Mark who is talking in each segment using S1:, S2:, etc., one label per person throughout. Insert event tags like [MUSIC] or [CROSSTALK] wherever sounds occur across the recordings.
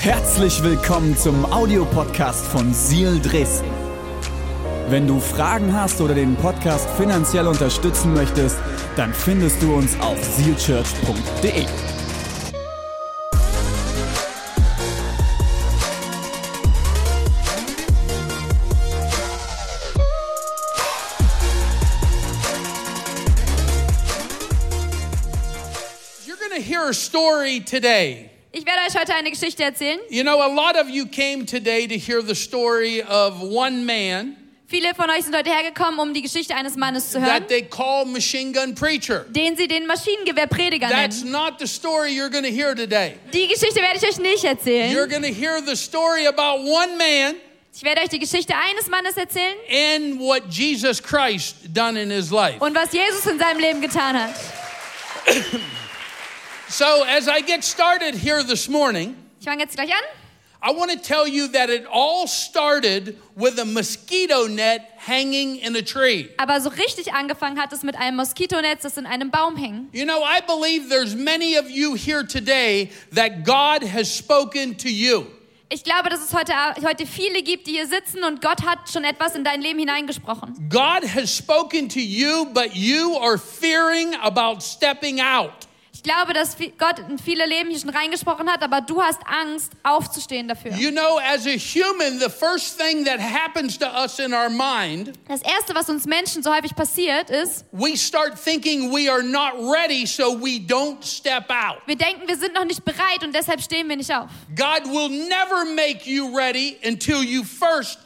S1: Herzlich willkommen zum Audiopodcast von Seal Dresden. Wenn du Fragen hast oder den Podcast finanziell unterstützen möchtest, dann findest du uns auf sealchurch.de.
S2: You're going to hear a story today.
S3: Ich werde euch heute eine Geschichte erzählen.
S2: You know, a lot of you came today to hear the story of one man
S3: Viele von euch sind heute hergekommen, um die Geschichte eines Mannes zu hören,
S2: that they call machine gun preacher.
S3: den sie den Maschinengewehrprediger
S2: That's
S3: nennen.
S2: not the story you're going to hear today.
S3: Die Geschichte werde ich euch nicht
S2: You're
S3: erzählen.
S2: going to hear the story about one man
S3: Ich werde euch die Geschichte eines Mannes erzählen
S2: and what Jesus Christ done in his life.
S3: und was Jesus in seinem Leben getan hat.
S2: So, as I get started here this morning,
S3: Ich fange jetzt gleich an.
S2: I want to tell you that it all started with a mosquito net hanging in a tree.
S3: Aber so richtig angefangen hat es mit einem Moskitonetz, das in einem Baum hing.
S2: You know, I believe there's many of you here today that God has spoken to you.
S3: Ich glaube, dass es heute, heute viele gibt, die hier sitzen und Gott hat schon etwas in dein Leben hineingesprochen.
S2: God has spoken to you, but you are fearing about stepping out.
S3: Ich glaube, dass vi- Gott in viele Leben hier schon reingesprochen hat, aber du hast Angst, aufzustehen dafür.
S2: You know, as a human, the first thing that happens to us in our mind,
S3: Das Erste, was uns Menschen so häufig passiert, ist,
S2: we start thinking we are not ready, so we don't step out.
S3: wir denken, wir sind noch nicht bereit und deshalb stehen wir nicht auf.
S2: God will never make you ready until you first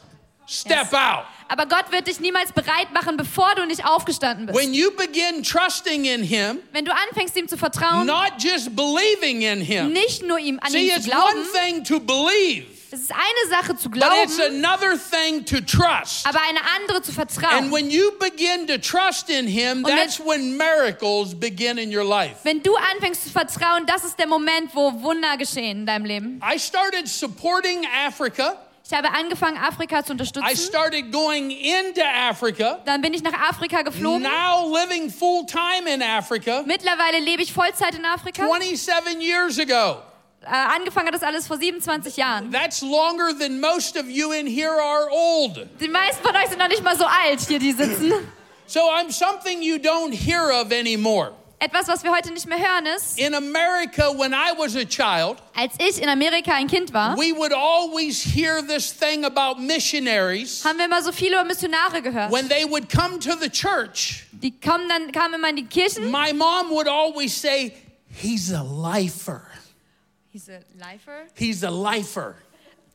S2: step out.
S3: Aber Gott wird dich niemals bereit machen, bevor du nicht aufgestanden bist.
S2: When you begin trusting in Him,
S3: Wenn du anfängst, ihm zu vertrauen,
S2: not just believing in Him,
S3: nicht nur ihm an
S2: See,
S3: ihn zu
S2: it's one
S3: glauben,
S2: thing to believe,
S3: es ist eine Sache zu
S2: but it's
S3: glauben,
S2: another thing to trust.
S3: aber eine andere zu
S2: And
S3: vertrauen.
S2: when you begin to trust in Him,
S3: wenn-
S2: that's when miracles begin in your life.
S3: Wenn du anfängst zu vertrauen, das ist der Moment, wo Wunder geschehen in deinem Leben.
S2: I started supporting Africa.
S3: Ich habe angefangen, Afrika zu
S2: I
S3: unterstützen.
S2: started going into Africa.
S3: Dann bin ich nach Afrika geflogen.
S2: Now living full time in Africa.
S3: Mittlerweile lebe ich Vollzeit in Afrika.
S2: 27 years ago.
S3: Äh, angefangen hat das alles vor 27 Jahren.
S2: That's longer than most of you in here are old.
S3: Die meisten von euch sind noch nicht mal so alt, hier die sitzen.
S2: So I'm something you don't hear of anymore.
S3: Etwas, was wir heute nicht mehr hören, ist,
S2: In America, when I was a child,
S3: als ich in Amerika ein Kind war,
S2: We would always hear this thing about missionaries
S3: haben wir immer so viel über Missionare gehört.
S2: when they would come to the church.
S3: Die kommen dann, kamen immer in die Kirchen.
S2: My mom would always say, He's a lifer. He's a lifer.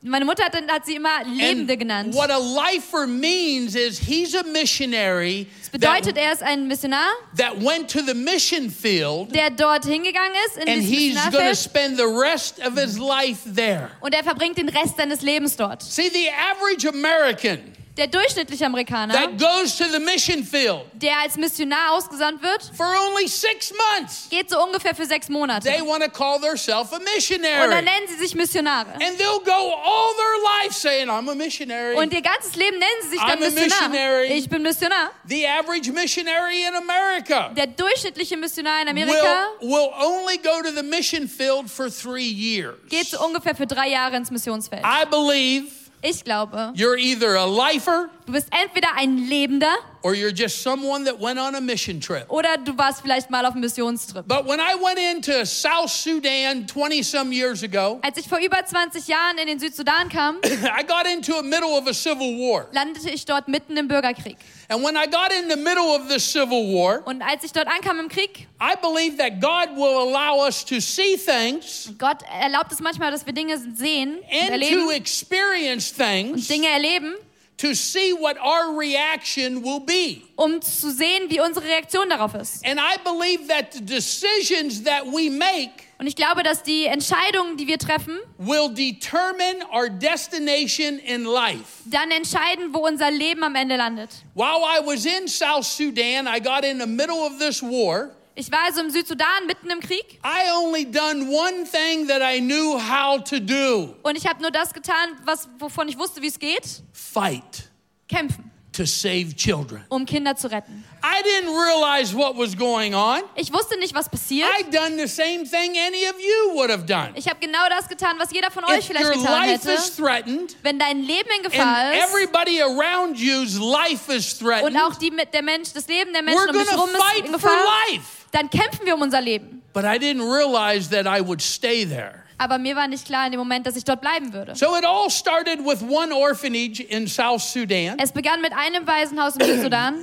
S3: Meine Mutter hat, dann, hat sie immer Lebende
S2: And
S3: genannt.
S2: what a lifer means is he's a missionary
S3: Das bedeutet,
S2: that,
S3: er ist ein Missionar,
S2: that went to the mission field
S3: der dort hingegangen ist in
S2: and
S3: dieses
S2: he's going to
S3: Missionarfeld
S2: spend the rest of his life there.
S3: und er verbringt den Rest seines Lebens dort.
S2: See, the average American
S3: Der durchschnittliche Amerikaner,
S2: that goes to the mission field
S3: der als Missionar ausgesandt wird,
S2: for only six months.
S3: geht so ungefähr für sechs Monate.
S2: They want to call themselves a
S3: Und dann
S2: missionary.
S3: nennen sie sich Missionare.
S2: And they'll go all their life saying, I'm a missionary.
S3: Und ihr ganzes Leben nennen sie sich dann
S2: I'm a
S3: Missionar.
S2: missionary.
S3: Ich bin Missionar.
S2: the average missionary in America
S3: Der durchschnittliche Missionar in Amerika
S2: will, will only go to the mission field for three years.
S3: geht so ungefähr für drei Jahre ins Missionsfeld.
S2: I believe
S3: Ich glaube,
S2: you're either a lifer
S3: du bist entweder ein Lebender
S2: or you're just someone that went on a mission trip.
S3: oder du warst vielleicht mal auf einem Missionstrip.
S2: But when I went into South Sudan 20 some years ago, [LAUGHS]
S3: Als ich vor über 20 Jahren in den Südsudan kam,
S2: I got into the middle of a civil war.
S3: landete ich dort mitten im Bürgerkrieg.
S2: And when I got in the middle of this civil war,
S3: Und als ich dort ankam im Krieg,
S2: I believe that God will allow us to see things
S3: Gott erlaubt es manchmal, dass wir Dinge sehen und
S2: and to
S3: erleben,
S2: experience things
S3: Dinge erleben,
S2: to see what our reaction will be.
S3: um zu sehen, wie unsere Reaktion darauf ist.
S2: And I believe that the decisions that we make
S3: Und ich glaube, dass die Entscheidungen, die wir treffen,
S2: will determine our destination in life.
S3: dann entscheiden, wo unser Leben am Ende landet.
S2: While I was in South Sudan, I got in the middle of this war.
S3: Ich war also im Südsudan mitten im Krieg
S2: I only done one thing that I knew how to do
S3: und ich habe nur das getan, was, wovon ich wusste, wie es geht,
S2: fight.
S3: kämpfen.
S2: to save children.
S3: um Kinder zu retten.
S2: I didn't realize what was going on.
S3: Ich wusste nicht, was passiert.
S2: I've done the same thing any of you would have done.
S3: Ich habe genau das getan, was jeder von euch
S2: If
S3: vielleicht
S2: your
S3: getan
S2: life
S3: hätte.
S2: is threatened
S3: Wenn dein Leben in Gefahr
S2: and
S3: ist
S2: everybody around you's life is
S3: und
S2: threatened,
S3: auch die, mit der Mensch, das Leben der
S2: we're
S3: Menschen um
S2: going
S3: dich
S2: to
S3: herum
S2: fight
S3: ist in
S2: for
S3: Gefahr,
S2: life.
S3: dann kämpfen wir um unser Leben.
S2: But I didn't realize that I would stay there.
S3: Aber mir war nicht klar in dem Moment, dass ich dort bleiben würde.
S2: So it all started with one orphanage in South Sudan.
S3: Es begann mit einem Waisenhaus im Südsudan.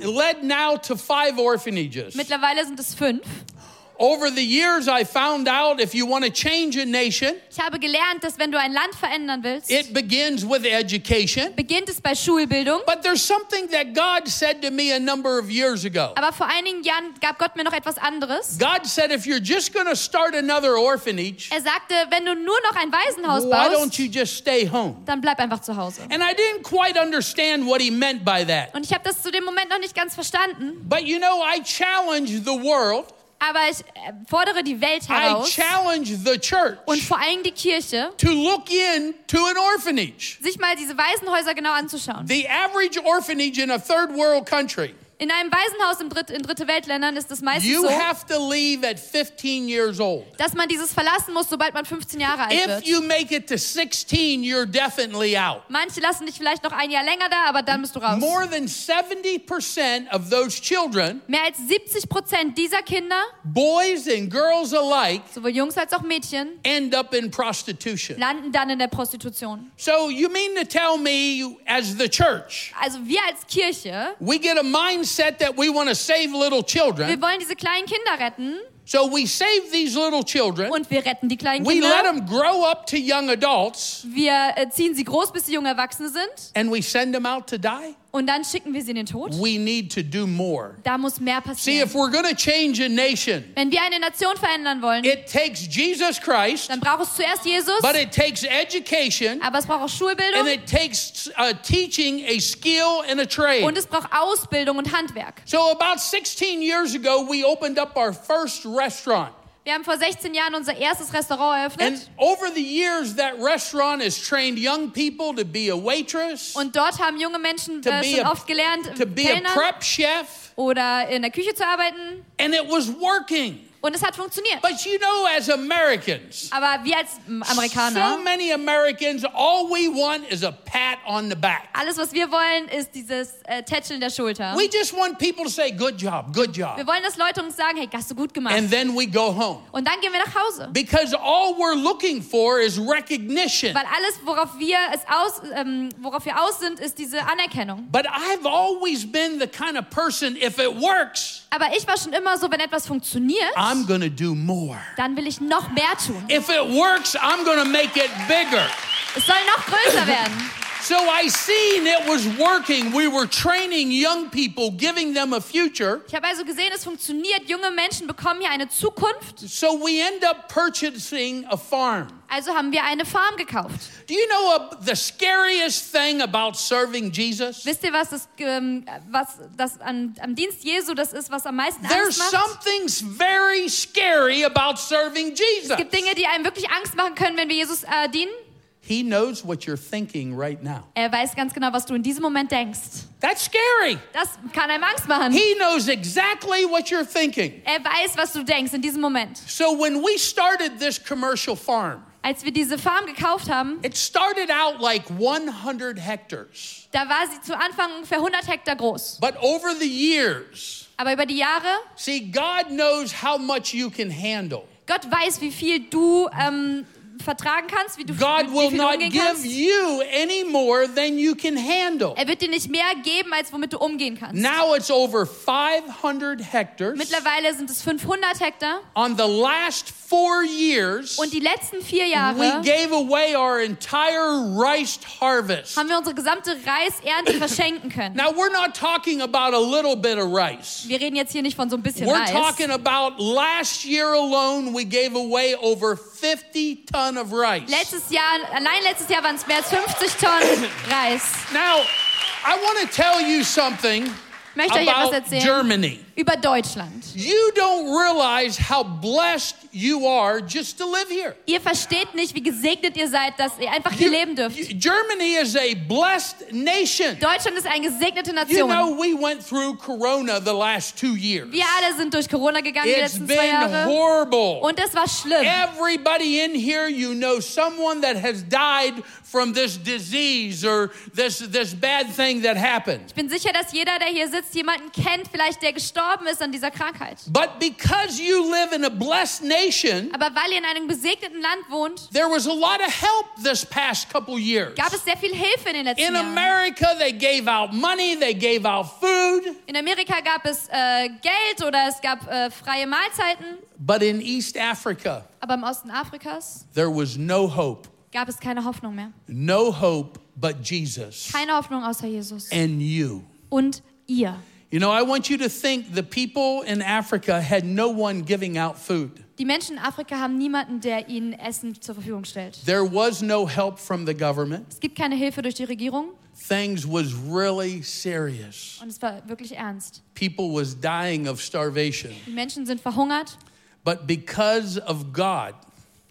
S2: [COUGHS] It led now to five orphanages.
S3: Mittlerweile sind es fünf.
S2: Over the years, I found out if you want to change a nation,
S3: Ich habe gelernt, dass wenn du ein Land verändern willst,
S2: it begins with education.
S3: beginnt es bei Schulbildung.
S2: But there's something that God said to me a number of years ago.
S3: Aber vor einigen Jahren gab Gott mir noch etwas anderes.
S2: God said, if you're just going to start another orphanage,
S3: Er sagte, wenn du nur noch ein Waisenhaus
S2: why don't
S3: baust,
S2: you just stay home?
S3: dann bleib einfach zu Hause.
S2: And I didn't quite understand what he meant by that.
S3: Und ich habe das zu dem Moment noch nicht ganz verstanden.
S2: But you know, I challenge the world,
S3: Aber ich äh, fordere die Welt
S2: I
S3: heraus
S2: challenge the church
S3: und vor allem die Kirche,
S2: to look in to an orphanage.
S3: sich mal diese Waisenhäuser genau anzuschauen.
S2: The average orphanage in a third world country,
S3: In einem Waisenhaus im Dritt, in dritte Weltländern ist es meistens
S2: you
S3: so,
S2: have to leave at 15 years old.
S3: dass man dieses verlassen muss, sobald man 15 Jahre alt
S2: If
S3: wird.
S2: you make it to 16, you're definitely out.
S3: Manche lassen dich vielleicht noch ein Jahr länger da, aber dann bist du raus.
S2: More than 70% of those children,
S3: Mehr als 70 Prozent dieser Kinder,
S2: boys and girls alike,
S3: sowohl Jungs als auch Mädchen,
S2: end up in prostitution.
S3: landen dann in der Prostitution.
S2: So you mean to tell me, as the church,
S3: Also wir als Kirche,
S2: we get a mindset that we want to save little
S3: wir
S2: children.
S3: wollen diese kleinen Kinder retten
S2: So we save these little children.
S3: und wir retten die kleinen
S2: We let
S3: Kinder.
S2: them grow up to young adults
S3: Wir äh, ziehen sie groß, bis sie junge Erwachsene sind
S2: and we send them out to die.
S3: und dann schicken wir sie in den Tod.
S2: We need to do more.
S3: Da muss mehr
S2: See,
S3: passieren.
S2: if we're going to change a nation,
S3: Wenn wir eine Nation verändern wollen,
S2: it takes Jesus Christ,
S3: dann braucht es zuerst Jesus,
S2: but it takes education
S3: aber es braucht auch
S2: and
S3: Schulbildung
S2: it takes uh, teaching a skill and a
S3: und
S2: trade.
S3: es braucht Ausbildung und Handwerk.
S2: So, about 16 years ago, we opened up our first restaurant.
S3: Wir haben vor 16 Jahren unser erstes Restaurant
S2: And
S3: eröffnet
S2: over the years, that restaurant has trained young people to be a waitress,
S3: und dort haben junge Menschen
S2: to,
S3: äh,
S2: be
S3: schon
S2: a,
S3: oft gelernt,
S2: to be a
S3: Kellnern
S2: prep chef,
S3: oder in der Küche zu arbeiten
S2: and it was working.
S3: und es hat funktioniert.
S2: But you know, as Americans,
S3: Aber wir als m,
S2: so
S3: Amerikaner,
S2: many Americans, all we want is a pat on the back.
S3: alles was wir wollen, ist dieses äh, Tätscheln der Schulter.
S2: We just want people to say, good job, good
S3: Wir
S2: job.
S3: wollen, dass Leute uns sagen, hey, hast du gut gemacht.
S2: And then we go home.
S3: Und dann gehen wir nach Hause.
S2: Because all we're looking for is recognition.
S3: Weil alles, worauf wir, es aus, ähm, worauf wir aus sind, ist diese Anerkennung.
S2: But I've always been the kind of person, if it works,
S3: Aber ich war schon immer so, wenn etwas funktioniert,
S2: I'm going to do more.
S3: dann will ich noch mehr tun.
S2: If it works, I'm going to make it bigger.
S3: Es soll noch größer werden.
S2: So I seen it was working. We were training young people, giving them a future.
S3: Ich habe also gesehen, es funktioniert. Junge Menschen bekommen hier eine Zukunft.
S2: So we end up purchasing a farm.
S3: Also haben wir eine Farm gekauft.
S2: Do you know uh, the scariest thing about serving Jesus?
S3: Wisst ihr, was das, ähm, was das an, am Dienst Jesu das ist, was am meisten
S2: There's
S3: Angst macht?
S2: something very scary about serving Jesus.
S3: Es gibt Dinge, die einem wirklich Angst machen können, wenn wir Jesus äh, dienen.
S2: He knows what you're thinking right now.
S3: Er weiß ganz genau, was du in diesem Moment denkst.
S2: That's scary.
S3: Das kann einem Angst machen.
S2: He knows exactly what you're thinking.
S3: Er weiß, was du denkst in diesem Moment.
S2: So when we started this commercial farm,
S3: Als wir diese Farm gekauft haben,
S2: it started out like 100 hectares.
S3: da war sie zu Anfang ungefähr 100 Hektar groß.
S2: But over the years,
S3: Aber über die Jahre,
S2: see, God knows how much you can handle.
S3: Gott weiß, wie viel du ähm, vertragen kannst, wie du
S2: God
S3: wie,
S2: will
S3: wie viel du
S2: not
S3: umgehen
S2: give
S3: kannst.
S2: you any more than you can handle.
S3: Er wird dir nicht mehr geben, als womit du umgehen kannst.
S2: Now it's over 500 hectares.
S3: Mittlerweile sind es 500 Hektar
S2: On the last four years,
S3: und die letzten vier
S2: we
S3: Jahre
S2: gave away our entire rice harvest.
S3: haben wir unsere gesamte Reisernte verschenken können.
S2: Now, we're not talking about a little bit of rice.
S3: Wir reden jetzt hier nicht von so ein bisschen
S2: We're
S3: Reis.
S2: talking about last year alone, we gave away over 50 ton of rice.
S3: Letztes Jahr, allein letztes Jahr waren es mehr als
S2: [COUGHS]
S3: 50 Tonnen Reis.
S2: Now, I want to tell you something
S3: Möchte euch etwas
S2: about
S3: erzählen.
S2: Germany.
S3: über Deutschland.
S2: You don't realize how blessed you are just to live here.
S3: Ihr versteht nicht, wie gesegnet ihr seid, dass ihr einfach hier
S2: You-
S3: leben dürft.
S2: you- Germany is a blessed nation.
S3: Deutschland ist eine gesegnete
S2: You
S3: Nation.
S2: know, we went through Corona the last two years.
S3: Wir alle sind durch Corona gegangen die
S2: It's
S3: letzten zwei
S2: been
S3: Jahre.
S2: horrible.
S3: Und es war schlimm.
S2: Everybody in here, you know someone that has died from this disease or this, this bad thing that happened.
S3: Ich bin sicher, dass jeder, der hier sitzt, jemanden kennt, vielleicht der gestorben ist an dieser Krankheit.
S2: But because you live in a blessed nation,
S3: Aber weil ihr in einem gesegneten Land wohnt,
S2: there was a lot of help this past couple years.
S3: gab es sehr viel Hilfe in den letzten
S2: In
S3: Jahren.
S2: America, they gave out money, they gave out food.
S3: In Amerika gab es äh, Geld oder es gab äh, freie Mahlzeiten.
S2: But in East Africa,
S3: Aber im Osten Afrikas
S2: there was no hope.
S3: gab es keine Hoffnung mehr.
S2: No hope but Jesus
S3: Keine Hoffnung außer Jesus.
S2: and you.
S3: Und ihr.
S2: You know, I want you to think the people in Africa had no one giving out food.
S3: Die Menschen in Afrika haben niemanden, der ihnen Essen zur Verfügung stellt.
S2: There was no help from the government.
S3: Es gibt keine Hilfe durch die Regierung
S2: Things was really serious.
S3: und es war wirklich ernst.
S2: People was dying of starvation.
S3: Die Menschen sind verhungert,
S2: But because of God,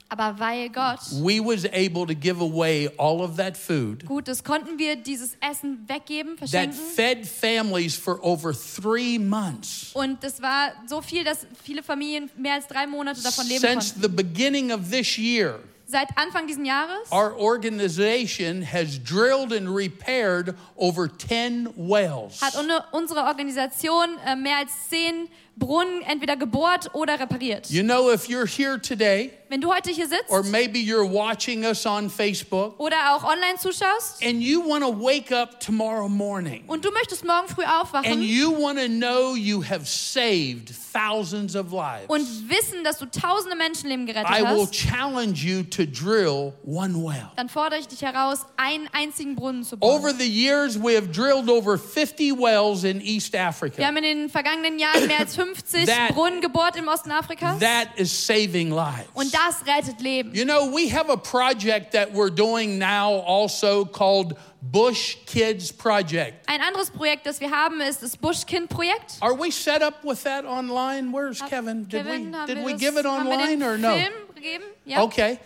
S3: aber weil Gott
S2: we was able to give away all of that food
S3: gut ist, konnten wir dieses Essen weggeben,
S2: that
S3: verschenken.
S2: fed families for over 3 months.
S3: Und das war so viel, dass viele Familien mehr als drei Monate davon leben
S2: Since
S3: konnten.
S2: the beginning of this year,
S3: Seit Anfang diesen Jahres
S2: Our organization has drilled and repaired over 10 wells.
S3: hat un unsere Organisation äh, mehr als zehn Brunnen entweder gebohrt oder repariert.
S2: You know, if you're here today,
S3: Wenn du heute hier sitzt
S2: or maybe you're watching us on Facebook,
S3: oder auch online zuschaust
S2: and you want to wake up tomorrow morning
S3: und du möchtest morgen früh
S2: and
S3: aufwachen
S2: you want to know you have saved thousands of lives,
S3: und wissen, dass du tausende Menschenleben gerettet
S2: I will
S3: hast,
S2: challenge you to drill one well.
S3: dann fordere ich dich heraus, einen einzigen Brunnen zu
S2: Over
S3: bohren.
S2: the years, we have drilled over 50 wells in East
S3: Wir
S2: Africa.
S3: haben in den vergangenen Jahren mehr als 50
S2: That-
S3: Brunnen gebohrt im Osten Afrikas
S2: That is saving lives.
S3: und das rettet Leben.
S2: You know, we have a project that we're doing now also called Bush Kids Project.
S3: Ein anderes Projekt, das wir haben, ist das Buschkind-Projekt.
S2: Are we set up with that online? Where's Kevin? Did
S3: Uh, Kevin,
S2: we
S3: haben
S2: did
S3: wir
S2: we
S3: das-
S2: give it
S3: haben wir
S2: online
S3: den
S2: or no?
S3: Film gegeben? Ja.
S2: Okay.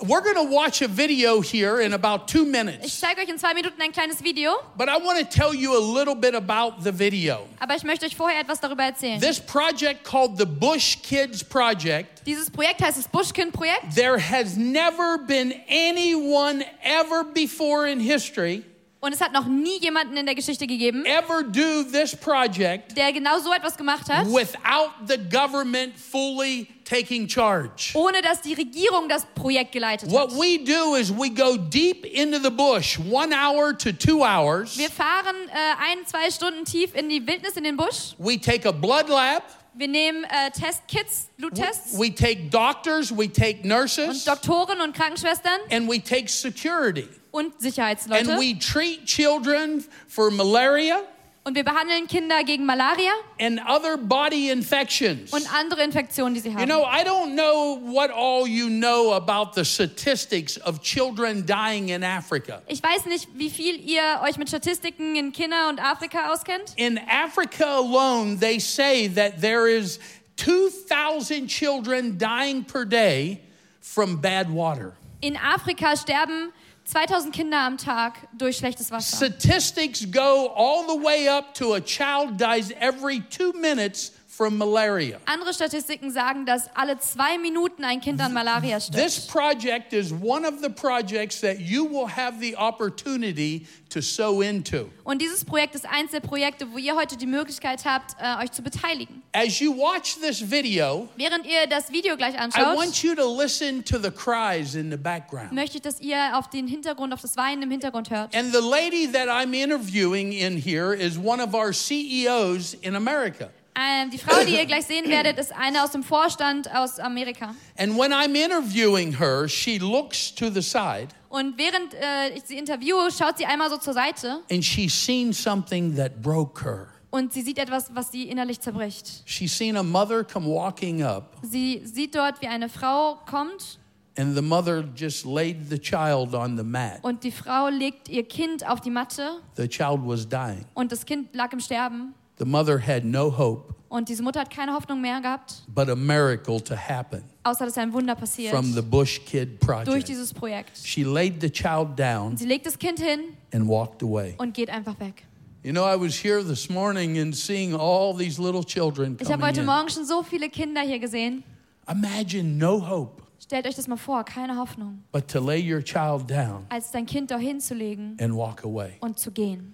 S2: We're going to watch a video here in about 2
S3: Ich
S2: minutes.
S3: zeige euch in zwei Minuten ein kleines Video,
S2: But I want to tell you a little bit about the video.
S3: aber ich möchte euch vorher etwas darüber erzählen.
S2: This project called the Bush Kids Project
S3: Dieses Projekt heißt das Buschkind-Projekt.
S2: there has never been anyone ever before in history
S3: Und es hat noch nie jemanden in der Geschichte gegeben,
S2: ever do this project
S3: der genau so etwas gemacht hat,
S2: without the government fully taking charge.
S3: ohne dass die Regierung das Projekt geleitet hat.
S2: What we do is we go deep into the bush, one hour to two hours.
S3: Wir fahren äh, ein, zwei Stunden tief in die Wildnis, in den Busch.
S2: We take a blood lab.
S3: Wir nehmen äh, Testkits, Bluttests
S2: We take doctors, we take
S3: und
S2: nurses,
S3: Doktoren und Krankenschwestern
S2: and we take security.
S3: und
S2: And
S3: Sicherheitsleute.
S2: we treat children for malaria
S3: Und wir behandeln Kinder gegen Malaria
S2: and other body infections.
S3: und andere Infektionen, die sie haben.
S2: You know, I don't know what all you know about the statistics of children dying in Africa.
S3: ich weiß nicht, wie viel ihr euch mit Statistiken in China und Afrika auskennt.
S2: In Africa alone, they say that there is 2,000 children dying per day from bad water.
S3: In Afrika sterben 2000 Kinder am Tag durch schlechtes Wasser.
S2: Statistics go all the way up to a child dies every two minutes from malaria.
S3: Andere Statistiken sagen, dass alle zwei Minuten ein Kind an Malaria
S2: This
S3: stirbt.
S2: project is one of the projects that you will have the opportunity to sow into.
S3: Und dieses Projekt ist eins der Projekte, wo ihr heute die Möglichkeit habt, äh, euch zu beteiligen.
S2: As you watch this video,
S3: Während ihr das Video gleich
S2: I
S3: anschaut,
S2: want you to listen to the cries in the background.
S3: möchte ich, dass ihr auf den Hintergrund, auf das Weinen im Hintergrund hört.
S2: And the lady that I'm interviewing in here is one of our CEOs in America.
S3: Ähm, die Frau, die ihr gleich sehen werdet, ist eine aus dem Vorstand aus Amerika.
S2: And when I'm interviewing her, she looks to the side
S3: Und während äh, ich sie interviewe, schaut sie einmal so zur Seite
S2: and she's seen something that broke her.
S3: und sie sieht etwas, was sie innerlich zerbricht.
S2: She's seen a mother come walking up,
S3: Sie sieht dort, wie eine Frau kommt
S2: and the mother just laid the child on the mat.
S3: und die Frau legt ihr Kind auf die Matte
S2: The child was dying.
S3: und das Kind lag im Sterben.
S4: The mother had no hope
S3: Und diese Mutter hat keine Hoffnung mehr gehabt,
S4: but a miracle to happen
S3: außer dass ein Wunder passiert
S4: from the Bush Kid
S3: durch
S4: Project.
S3: dieses Projekt.
S4: She laid the child down
S3: Sie legt das Kind hin
S4: and walked away.
S3: und geht einfach weg.
S4: You know, I was here this morning and seeing all these little children
S3: Ich habe
S4: coming
S3: heute
S4: in.
S3: Morgen schon so viele Kinder hier gesehen.
S4: Imagine no hope
S3: Stellt euch das mal vor, keine Hoffnung,
S4: but to lay your child down
S3: als dein Kind da hinzulegen
S4: and walk away.
S3: und zu gehen.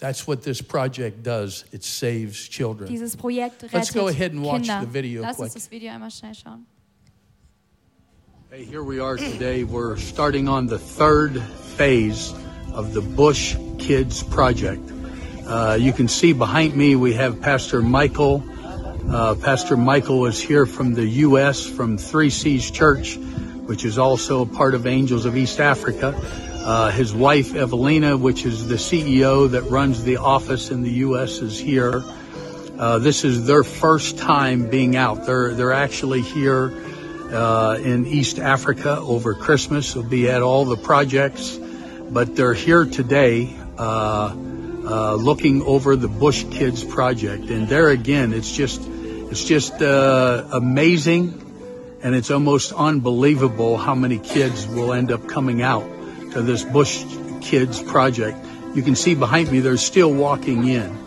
S4: That's what this project does. It saves children.
S3: Dieses Projekt rettet
S4: Let's go ahead and watch
S3: Kinder.
S4: the video
S3: Lass uns
S4: quick.
S3: das Video einmal schnell schauen.
S2: Hey, here we are today. We're starting on the third phase of the Bush Kids Project. Uh, you can see behind me we have Pastor Michael. Uh, Pastor Michael is here from the U.S., from Three Seas Church, which is also a part of Angels of East Africa. Uh, his wife, Evelina, which is the CEO that runs the office in the U.S., is here. Uh, this is their first time being out. They're they're actually here uh, in East Africa over Christmas. They'll be at all the projects, but they're here today, uh, uh, looking over the Bush Kids project. And there again, it's just it's just uh, amazing, and it's almost unbelievable how many kids will end up coming out to this Bush Kids project. You can see behind me, they're still walking in.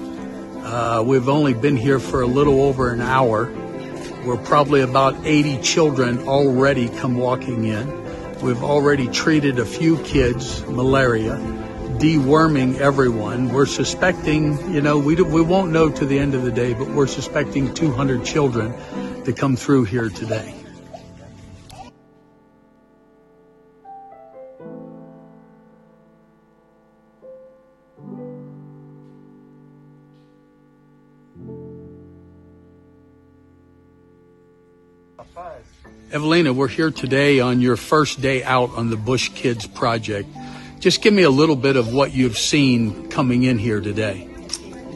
S2: Uh, we've only been here for a little over an hour. We're probably about 80 children already come walking in. We've already treated a few kids malaria, deworming everyone. We're suspecting, you know, we, do, we won't know to the end of the day, but we're suspecting 200 children to come through here today. Evelina, we're here today on your first day out on the Bush Kids project. Just give me a little bit of what you've seen coming in here today.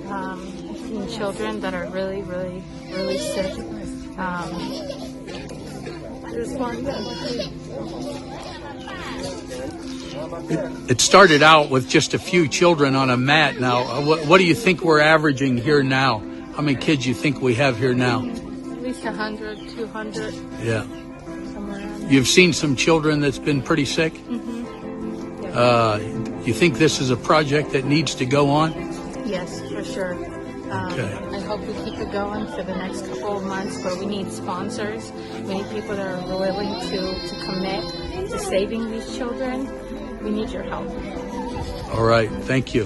S5: um, I've seen children that are really, really, really sick. Um, there's one that-
S2: It started out with just a few children on a mat. Now, uh, what, what do you think we're averaging here now? How many kids you think we have here now?
S5: at least 100, 200,
S2: Yeah,
S5: somewhere around
S2: you've seen some children that's been pretty sick. Uh, you think this is a project that needs to go on?
S5: there. Yes, for sure. Um,
S2: Okay.
S5: I hope we keep it going for the next couple of months, but we need sponsors. We need people that are willing to, to commit to saving these children. We need your help.
S2: All right, thank you.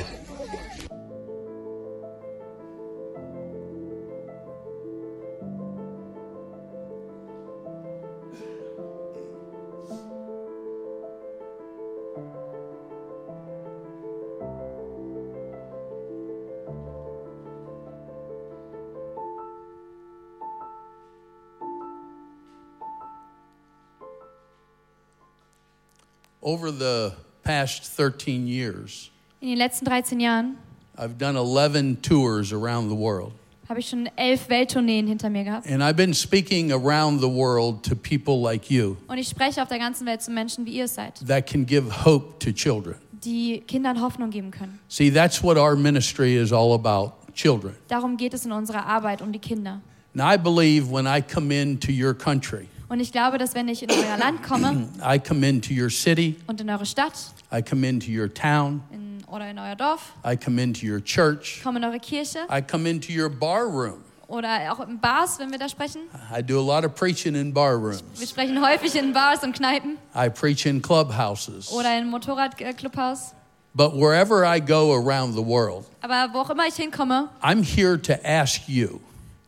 S4: Over the past 13 years,
S3: In den letzten 13 Jahren
S4: I've done 11 tours around the world.
S3: habe ich schon elf Welttourneen hinter mir gehabt.
S4: And I've been speaking around the world to people like you
S3: Und ich spreche auf der ganzen Welt zu Menschen, wie ihr seid,
S4: that can give hope to children.
S3: die Kindern Hoffnung geben können.
S4: See, that's what our ministry is all about children.
S3: Darum geht es in unserer Arbeit, um die Kinder.
S4: Now, I believe when I come into your country,
S3: Und ich glaube, dass wenn ich in euer Land komme
S2: [CLEARS THROAT]
S4: I come into your city,
S3: und in eure Stadt
S4: I come into your town,
S3: in, oder in euer Dorf,
S4: I come into your church,
S3: komme in eure Kirche
S4: I come into your bar room.
S3: oder auch in Bars, wenn wir da sprechen.
S4: I do a lot of preaching in bar rooms.
S3: Wir sprechen häufig in Bars und Kneipen
S4: I preach in clubhouses.
S3: oder im Motorradclubhaus.
S4: But wherever I go around the world,
S3: Aber wo auch immer ich hinkomme,
S4: I'm here to ask you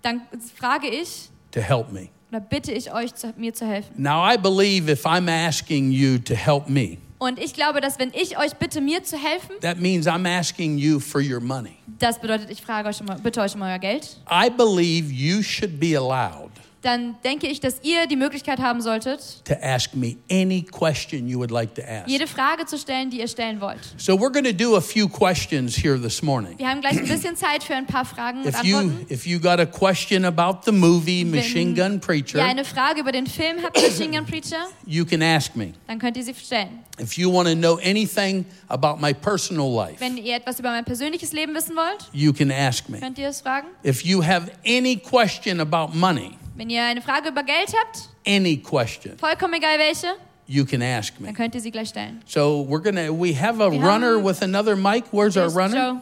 S3: dann frage ich
S4: to help me.
S3: oder bitte ich euch, zu, mir zu helfen.
S4: Now, I believe if I'm asking you to help me,
S3: Und ich glaube, dass wenn ich euch bitte, mir zu helfen,
S4: that means I'm asking you for your money.
S3: das bedeutet, ich frage euch immer, bitte euch um euer um Geld.
S4: I believe you should be allowed
S3: dann denke ich, dass ihr die Möglichkeit haben solltet,
S2: to ask me any question you would like to ask.
S3: jede Frage zu stellen, die ihr stellen wollt.
S2: So we're going to do a few questions here this morning.
S3: Wir haben gleich ein bisschen Zeit für ein paar Fragen und
S2: If you
S3: Antworten.
S2: if you got a question about the movie Machine Gun
S3: Wenn ihr
S2: Preacher,
S3: eine Frage über den Film habt, Machine Gun Preacher,
S2: you can ask me.
S3: dann könnt ihr sie stellen.
S2: If you want to know anything about my personal life,
S3: Wenn ihr etwas über mein persönliches Leben wissen wollt,
S2: you can ask me.
S3: könnt ihr es fragen.
S2: If you have any question about money,
S3: Wenn ihr eine Frage über Geld habt,
S2: any question,
S3: vollkommen egal welche,
S2: you can ask me.
S3: dann könnt ihr sie gleich stellen.
S2: So we're going to we have a
S3: Wir
S2: runner
S3: haben-
S2: with another mic. Where's our
S3: Hier ist
S2: runner?
S3: Joe.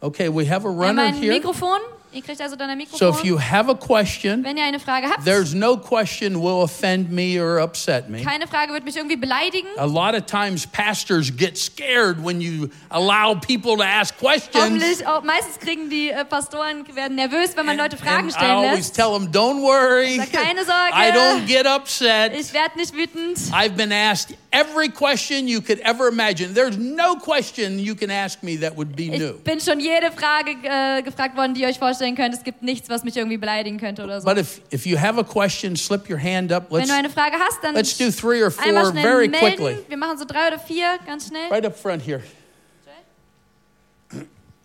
S2: Okay, we have a
S3: Wir haben
S2: runner
S3: ein
S2: here.
S3: Mikrofon. Ihr kriegt also dann ein
S2: So if you
S3: Mikrofon.
S2: have a question,
S3: Wenn ihr eine Frage habt,
S2: there's no question will offend me or upset me.
S3: keine Frage wird mich irgendwie beleidigen.
S2: A lot of times pastors get scared when you allow people to ask questions.
S3: Hoffentlich, auch, meistens kriegen die äh, Pastoren werden nervös, wenn man Leute Fragen
S2: And I
S3: stellen
S2: always
S3: lässt.
S2: tell them, don't worry.
S3: Sag, "Keine Sorge."
S2: I don't get upset.
S3: Ich werde nicht wütend.
S2: I've been asked every question you could ever imagine. There's no question you can ask me that would be new.
S3: Ich bin schon jede Frage äh, gefragt worden, die ihr euch vorstellen könnt. Es gibt nichts, was mich irgendwie beleidigen könnte oder so.
S2: But if, if you have a question, slip your hand up.
S3: Wenn
S2: Let's
S3: du eine Frage hast, dann
S2: let's do three or four
S3: einmal schnell
S2: very
S3: melden.
S2: quickly.
S3: Wir machen so drei oder vier, ganz schnell.
S2: right up front here.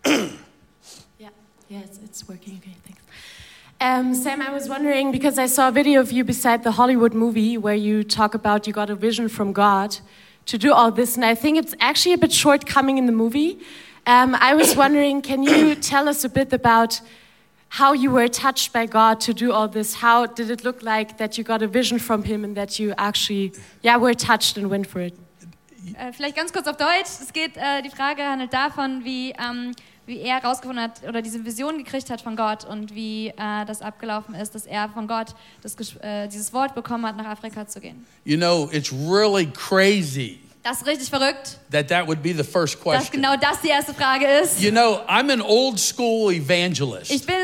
S6: Yeah, yes, it's working. Okay, thanks. Um, Sam, I was wondering because I saw a video of you beside the Hollywood movie where you talk about you got a vision from God to do all this, and I think it's actually a bit shortcoming in the movie. Um, I was [COUGHS] wondering, can you tell us a bit about how you were touched by God to do all this? How did it look like that you got a vision from Him and that you actually, yeah, were touched and went for it?
S3: Äh, vielleicht ganz kurz auf Deutsch. Es geht, äh, die Frage handelt davon, wie, ähm, wie er herausgefunden hat oder diese Vision gekriegt hat von Gott und wie äh, das abgelaufen ist, dass er von Gott das, Gesch- äh, dieses Wort bekommen hat, nach Afrika zu gehen.
S2: You know, it's really crazy
S3: Das ist richtig verrückt,
S2: that that would be the first
S3: dass
S2: question.
S3: genau das die erste Frage ist.
S2: You know, I'm an old school evangelist.
S3: Ich bin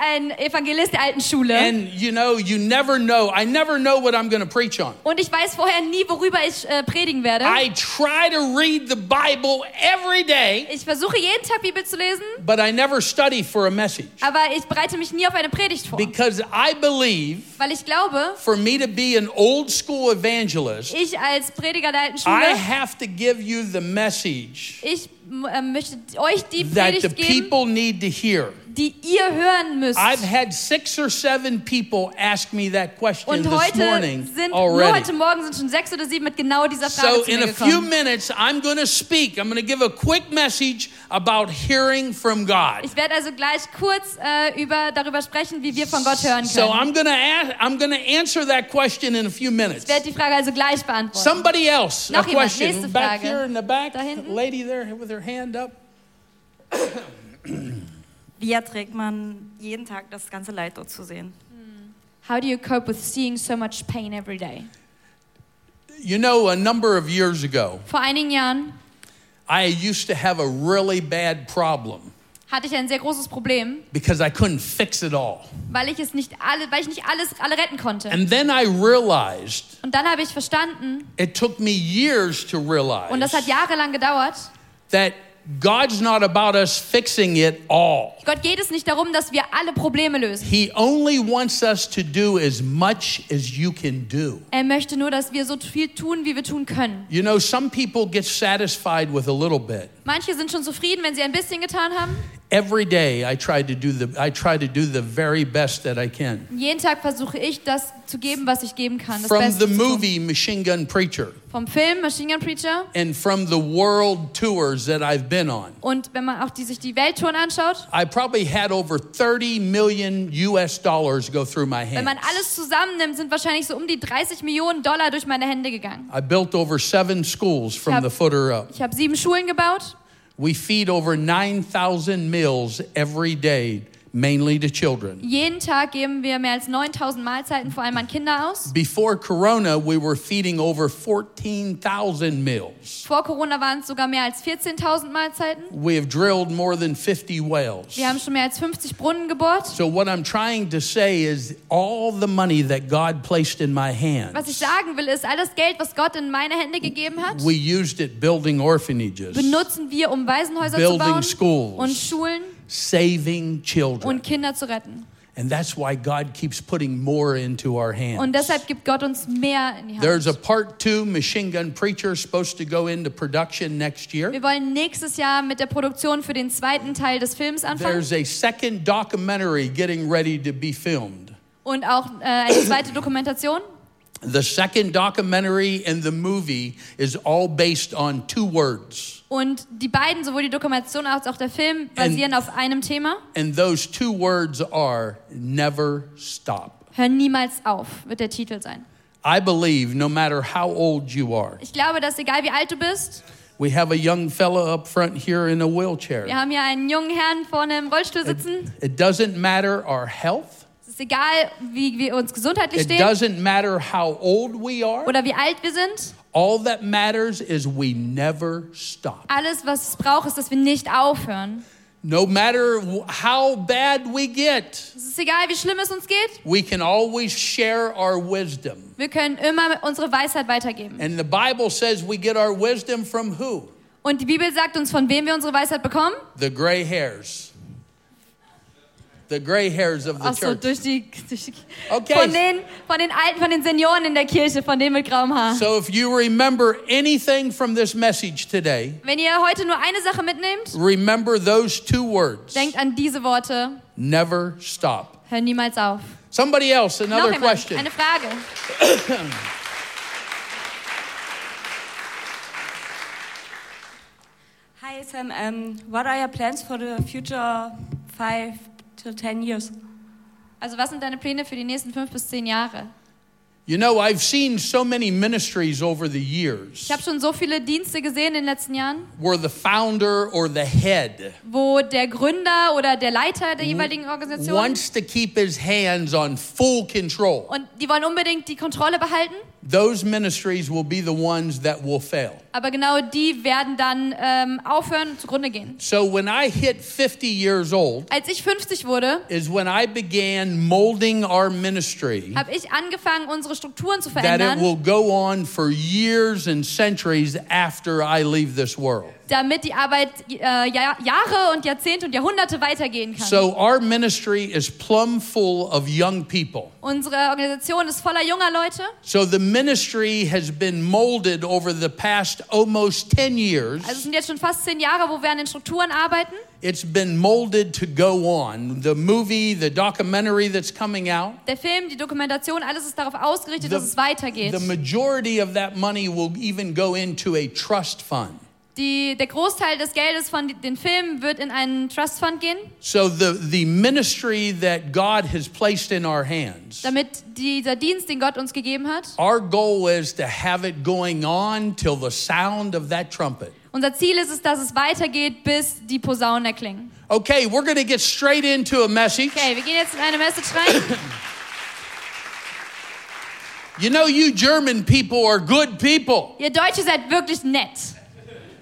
S3: ein Evangelist der alten Schule.
S2: And you know, you never know. I never know what I'm going to preach on.
S3: und ich weiß vorher nie, worüber ich äh, predigen werde.
S2: I try to read the Bible every day,
S3: ich versuche jeden Tag Bibel zu lesen,
S2: but I never study for a message
S3: aber ich bereite mich nie auf eine Predigt vor.
S2: because I believe
S3: weil ich glaube,
S2: for me to be an old school evangelist,
S3: ich als Prediger der alten Schule
S2: I have to give you the message
S3: Ich m- äh, möchte euch die
S2: that the
S3: Predigt geben,
S2: people need to hear.
S3: die ihr hören müsst.
S2: I've had six or seven people ask me that question
S3: Und
S2: this
S3: heute
S2: morning
S3: sind, nur heute
S2: already.
S3: Morgen sind schon sechs oder sieben mit genau dieser Frage
S2: So,
S3: zu
S2: in
S3: mir
S2: a few
S3: gekommen.
S2: minutes, I'm going to speak. I'm going to give a quick message about hearing from God.
S3: Ich werde also gleich kurz äh, über, darüber sprechen, wie wir von Gott hören können.
S2: So, I'm going to ask, I'm going to answer that question in a few minutes.
S3: ich werde die Frage also gleich beantworten.
S2: Somebody else,
S3: Noch
S2: a
S3: jemand,
S2: question
S3: nächste
S2: back
S3: Frage.
S2: here in the back,
S3: Da hinten.
S2: lady there with her hand up.
S7: Wie erträgt man jeden Tag das ganze Leid dort zu sehen?
S3: How do you cope with seeing so much pain every day?
S2: You know, a number of years ago,
S3: Vor einigen Jahren
S2: I used to have a really bad problem
S3: hatte ich ein sehr großes Problem,
S2: because I couldn't fix it all.
S3: weil ich es nicht alle, weil ich nicht alles alle retten konnte.
S2: And then I realized
S3: Und dann habe ich verstanden,
S2: It took me years to realize
S3: und das hat jahrelang gedauert.
S2: that God's not about us fixing it all.
S3: Gott geht es nicht darum, dass wir alle Probleme lösen.
S2: He only wants us to do as much as you can do.
S3: Er möchte nur, dass wir so viel tun, wie wir tun können.
S2: You know, some people get satisfied with a little bit.
S3: Manche sind schon zufrieden, wenn sie ein bisschen getan haben.
S2: Every day I try to do the I try to do the very best that I can.
S3: Jeden Tag versuche ich, das zu geben, was ich geben kann. Das
S2: From
S3: Beste
S2: the
S3: zu tun.
S2: movie Machine Gun Preacher
S3: Vom Film Machine Gun Preacher.
S2: and from the world tours that I've been on.
S3: Und wenn man auch die, sich die Welttouren anschaut,
S2: I probably had over 30 million US dollars go through my hands.
S3: wenn man alles zusammennimmt, sind wahrscheinlich so um die 30 Millionen Dollar durch meine Hände gegangen.
S2: I built over seven schools from
S3: Yep.
S2: the footer up.
S3: Ich habe sieben Schulen gebaut.
S2: We feed over 9,000 meals every day, mainly to children.
S3: Jeden Tag geben wir mehr als 9000 Mahlzeiten, vor allem an Kinder aus.
S2: Before Corona, we were feeding over 14,000 meals.
S3: Vor Corona waren es sogar mehr als 14.000 Mahlzeiten.
S2: We have drilled more than 50 wells.
S3: Wir haben schon mehr als 50 Brunnen gebohrt.
S2: So, what I'm trying to say is all the money that God placed in my
S3: Was
S2: hands,
S3: ich sagen will, ist, all das Geld, was Gott in meine Hände gegeben hat,
S2: we used it building orphanages,
S3: benutzen wir, um Waisenhäuser zu
S2: Building
S3: bauen
S2: schools.
S3: und Schulen
S2: saving
S3: und
S2: children.
S3: Kinder zu retten.
S2: And that's why God keeps putting more into our hands.
S3: Und deshalb gibt Gott uns mehr in die Hand.
S2: There's a part two machine gun preacher supposed to go into production next year.
S3: Wir wollen nächstes Jahr mit der Produktion für den zweiten Teil des Films anfangen
S2: There's a second documentary getting ready to be filmed.
S3: und auch äh, eine zweite Dokumentation.
S2: The second documentary and the movie is all based on two words.
S3: Und die beiden, sowohl die Dokumentation als auch der Film, basieren auf einem Thema.
S2: And those two words are never stop.
S3: Hör niemals auf, wird der Titel sein.
S2: I believe no matter how old you are,
S3: Ich glaube, dass egal wie alt du bist,
S2: we have a young fella up front here in a wheelchair.
S3: wir haben hier einen jungen Herrn vorne im Rollstuhl
S2: Äh,
S3: sitzen.
S2: It doesn't matter our health,
S3: Es ist egal, wie wir uns gesundheitlich
S2: it
S3: stehen
S2: doesn't matter how old we are.
S3: oder wie alt wir sind.
S2: All that matters is we never stop.
S3: Alles, was es braucht, ist, dass wir nicht aufhören.
S2: No matter wh- how bad we get,
S3: Es ist egal, wie schlimm es uns geht.
S2: we can always share our wisdom.
S3: Wir können immer unsere Weisheit weitergeben.
S2: And the Bible says we get our wisdom from who?
S3: Und die Bibel sagt uns, von wem wir unsere Weisheit bekommen.
S2: The gray hairs. The gray hairs of the
S3: Ach so,
S2: church.
S3: durch die, durch die
S2: Okay.
S3: von, den, von den Alten, von den Senioren in der Kirche, von denen mit grauem Haar.
S2: So if you remember anything from this message today,
S3: Wenn ihr heute nur eine Sache mitnehmt,
S2: remember those two words.
S3: denkt an diese Worte.
S2: Never stop.
S3: Hör niemals auf.
S2: Somebody else,
S3: Noch
S2: another
S3: jemand?
S2: question.
S3: Eine Frage.
S7: Hi Sam, um, what are your plans for the future five to ten years?
S3: Also was sind deine Pläne für die nächsten fünf bis zehn Jahre?
S2: You know, I've seen so many ministries over the years
S3: Ich habe schon so viele Dienste gesehen in den letzten Jahren,
S2: where the founder or the head
S3: wo der Gründer oder der Leiter der jeweiligen Organisation
S2: wants to keep his hands on full control.
S3: und die wollen unbedingt die Kontrolle behalten,
S2: Those ministries will be the ones that will fail.
S3: aber genau die werden dann ähm, aufhören und zugrunde gehen.
S2: So when I hit 50 years old,
S3: Als ich 50 wurde,
S2: is when I began molding our ministry
S3: habe ich angefangen, unsere Strukturen zu
S2: that it
S3: verändern,
S2: will go on for years and centuries after I leave this world.
S3: damit die Arbeit äh, ja, Jahre und Jahrzehnte und Jahrhunderte weitergehen kann.
S2: So our ministry is plumb full of young people.
S3: Unsere Organisation ist voller junger Leute.
S2: So the ministry has been molded over the past almost 10
S3: Also es
S2: years.
S3: sind jetzt schon fast zehn Jahre, wo wir an den Strukturen arbeiten.
S2: It's been molded to go on. The movie, the documentary that's coming out,
S3: Der Film, die Dokumentation, alles ist darauf ausgerichtet,
S2: The-
S3: dass es weitergeht.
S2: the majority of that money will even go into a trust fund.
S3: Die, der Großteil des Geldes von di- den Filmen wird in einen Trust Fund gehen,
S2: So the, the ministry that God has placed in our hands,
S3: damit dieser Dienst, den Gott uns gegeben hat.
S2: our goal is to have it going on till the sound of that trumpet.
S3: Unser Ziel ist es, dass es weitergeht, bis die Posaunen erklingen.
S2: Okay, we're going to get straight into a message.
S3: Okay, wir gehen jetzt in eine Message
S2: [LAUGHS]
S3: rein.
S2: You know, you German people are good people.
S3: Ihr Deutsche seid wirklich nett.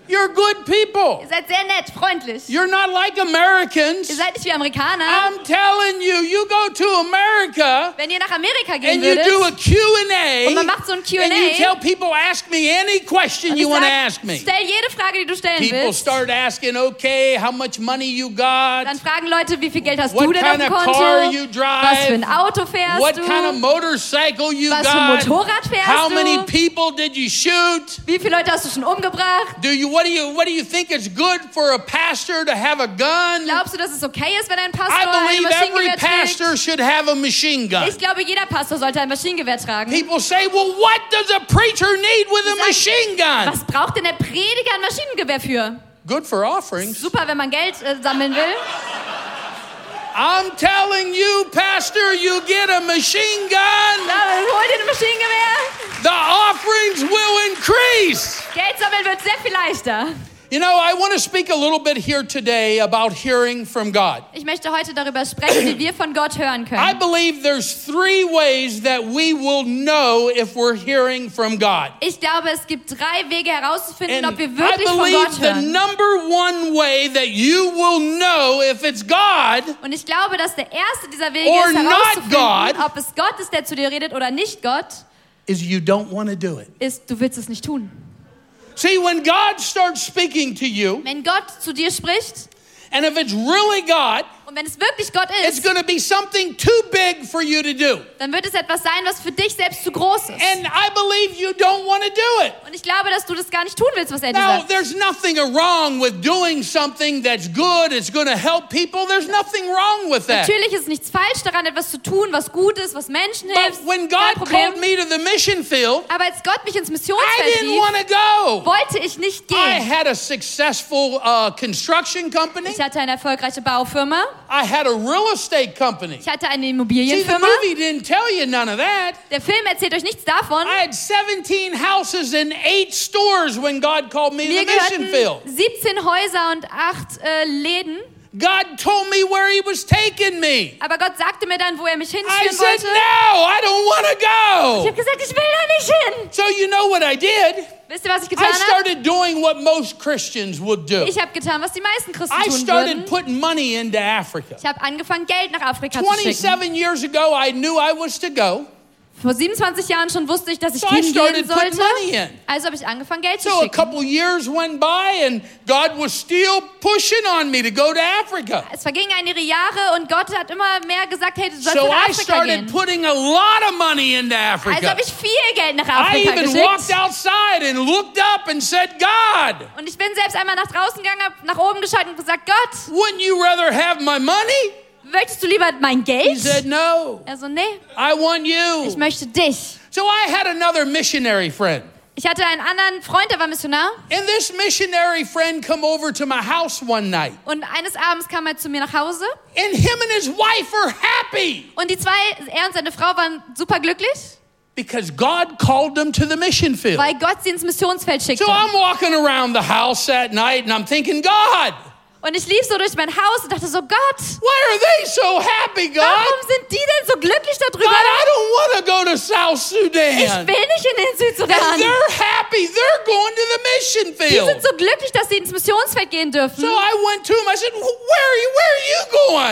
S2: You're good people.
S3: Ihr seid sehr nett, freundlich.
S2: You're not like Americans.
S3: Ihr seid nicht wie Amerikaner.
S2: I'm telling you, you go to America
S3: Wenn ihr nach Amerika gehen
S2: and you do a
S3: würdet,
S2: Q&A.
S3: Und man macht so ein Q&A.
S2: And you tell people, ask me any question
S3: und
S2: you
S3: ihr
S2: want to
S3: sagt,
S2: ask me.
S3: stell jede Frage, die du stellen
S2: People
S3: willst.
S2: start asking, okay, how much money you got?
S3: Dann fragen Leute, wie viel Geld hast
S2: What
S3: du denn auf
S2: kind
S3: dem
S2: of car
S3: Konto?
S2: you drive?
S3: Was für ein Auto fährst
S2: What
S3: du?
S2: kind of motorcycle you
S3: Was für ein
S2: got?
S3: Motorrad fährst
S2: How
S3: du?
S2: many people did you shoot?
S3: Wie viele Leute hast du schon umgebracht?
S2: Do you what do you what do you think is good for a pastor to have a gun?
S3: Glaubst du, dass es okay ist, wenn ein Pastor
S2: I
S3: ein
S2: believe every
S3: Maschinengewehr
S2: pastor
S3: trägt?
S2: should have a machine gun.
S3: Ich glaube, jeder Pastor sollte ein Maschinengewehr tragen.
S2: People say, well, what does a preacher need with a
S3: Sag-
S2: machine gun?
S3: Was braucht denn der Prediger ein Maschinengewehr für?
S2: Good for offerings.
S3: Super, wenn man Geld äh, sammeln will.
S2: I'm telling you, pastor, you get a machine gun,
S3: Aber hol dir ein Maschinengewehr.
S2: the offerings will increase.
S3: Geld sammeln wird sehr viel leichter.
S2: You know, I want to speak a little bit here today about hearing from God.
S3: Ich möchte heute darüber sprechen, wie wir von Gott hören
S2: I
S3: können.
S2: believe there's three ways that we will know if we're hearing from God.
S3: Ich glaube, es gibt drei Wege herauszufinden,
S2: And
S3: ob wir
S2: I
S3: wirklich von
S2: believe
S3: Gott
S2: the
S3: hören.
S2: number one way that you will know if it's God
S3: Und ich glaube, dass der erste dieser Wege
S2: Or
S3: ist
S2: not
S3: herauszufinden,
S2: God.
S3: ob es Gott ist, der zu dir redet oder nicht Gott,
S2: is you don't want to do it.
S3: ist, du willst es nicht tun.
S2: See, when God starts speaking to you,
S3: Wenn Gott zu dir spricht
S2: and if it's really God,
S3: Und wenn es wirklich Gott
S2: It's
S3: ist,
S2: going to be something too big for you to do.
S3: dann wird es etwas sein, was für dich selbst zu groß ist.
S2: And I believe you don't want to do it.
S3: Und ich glaube, dass du das gar nicht tun willst, was er dir
S2: Now,
S3: sagt.
S2: there's nothing wrong with doing something that's good, it's going to help people. There's nothing wrong with that.
S3: Natürlich ist nichts falsch daran, etwas zu tun, was gut ist, was Menschen
S2: But
S3: hilft.
S2: when
S3: kein
S2: God
S3: Problem.
S2: called me to the mission field,
S3: Aber als Gott mich ins
S2: I
S3: Missionsfeld
S2: didn't want
S3: rief,
S2: to go.
S3: wollte ich nicht
S2: I
S3: gehen.
S2: had a successful uh, construction company.
S3: Ich hatte eine erfolgreiche Baufirma.
S2: I had a real estate company.
S3: Ich hatte eine
S2: See, the
S3: Immobilienfirma.
S2: movie didn't tell you none of that.
S3: Der Film erzählt euch nichts davon.
S2: I had 17 houses and eight stores when God called me to
S3: Mir
S2: the mission
S3: gehörten
S2: field.
S3: 17 Häuser und 8 äh, Läden.
S2: God told me where He was taking me.
S3: Aber Gott sagte mir dann, wo er mich
S2: I
S3: hinführen
S2: said,
S3: wollte.
S2: No, I don't want
S3: Ich habe
S2: to go.
S3: gesagt, ich will da nicht hin.
S2: So, you know what I did?
S3: Wisst ihr, was ich getan
S2: I
S3: habe?
S2: started doing what most Christians would do.
S3: Ich habe getan, was die meisten Christen
S2: I
S3: tun
S2: started
S3: würden.
S2: putting money into Africa.
S3: Ich habe angefangen, Geld nach Afrika zu schicken.
S2: 27 years ago, I knew I was to go.
S3: Vor 27 Jahren schon wusste ich, dass ich
S2: So I started
S3: hingehen
S2: putting
S3: sollte.
S2: money in.
S3: Also habe ich angefangen, Geld zu
S2: So a
S3: schicken.
S2: couple years went by, and God was still pushing on me to go to Africa.
S3: Es vergingen einige Jahre und Gott hat immer mehr gesagt, hey, du sollst
S2: So
S3: nach
S2: I
S3: Afrika
S2: started
S3: gehen.
S2: putting a lot of money into
S3: Also
S2: Africa.
S3: habe ich viel Geld nach
S2: I
S3: Afrika
S2: even walked
S3: geschickt.
S2: outside and looked up and said, God,
S3: Und ich bin selbst einmal nach draußen gegangen, habe nach oben geschaut und gesagt, Gott,
S2: wouldn't you rather have my money?
S3: möchtest du lieber mein
S2: He
S3: Geld?
S2: said, No,
S3: Also nee,
S2: I want
S3: ich
S2: you.
S3: möchte dich.
S2: So I had another missionary friend.
S3: Ich hatte einen anderen Freund, der war Missionar.
S2: And this missionary friend come over to my house one night.
S3: Und eines Abends kam er zu mir nach Hause.
S2: And him and his wife are happy
S3: Und die zwei, er und seine Frau, waren super glücklich,
S2: because God called them to the mission field.
S3: weil Gott sie ins Missionsfeld schickte.
S2: So I'm walking around the house that night and I'm thinking, God,
S3: Und ich lief so durch mein Haus und dachte so, Gott,
S2: why are they so happy, God?
S3: warum sind die denn so glücklich
S2: God,
S3: darüber?
S2: I don't want to go to South
S3: Ich
S2: Sudan.
S3: will nicht in den
S2: And
S3: Südsudan.
S2: they're happy. They're going to the mission
S3: Die sind
S2: field.
S3: so glücklich, dass sie ins Missionsfeld gehen dürfen.
S2: So I went to him. I said, "Wh- "Where are you? Where are you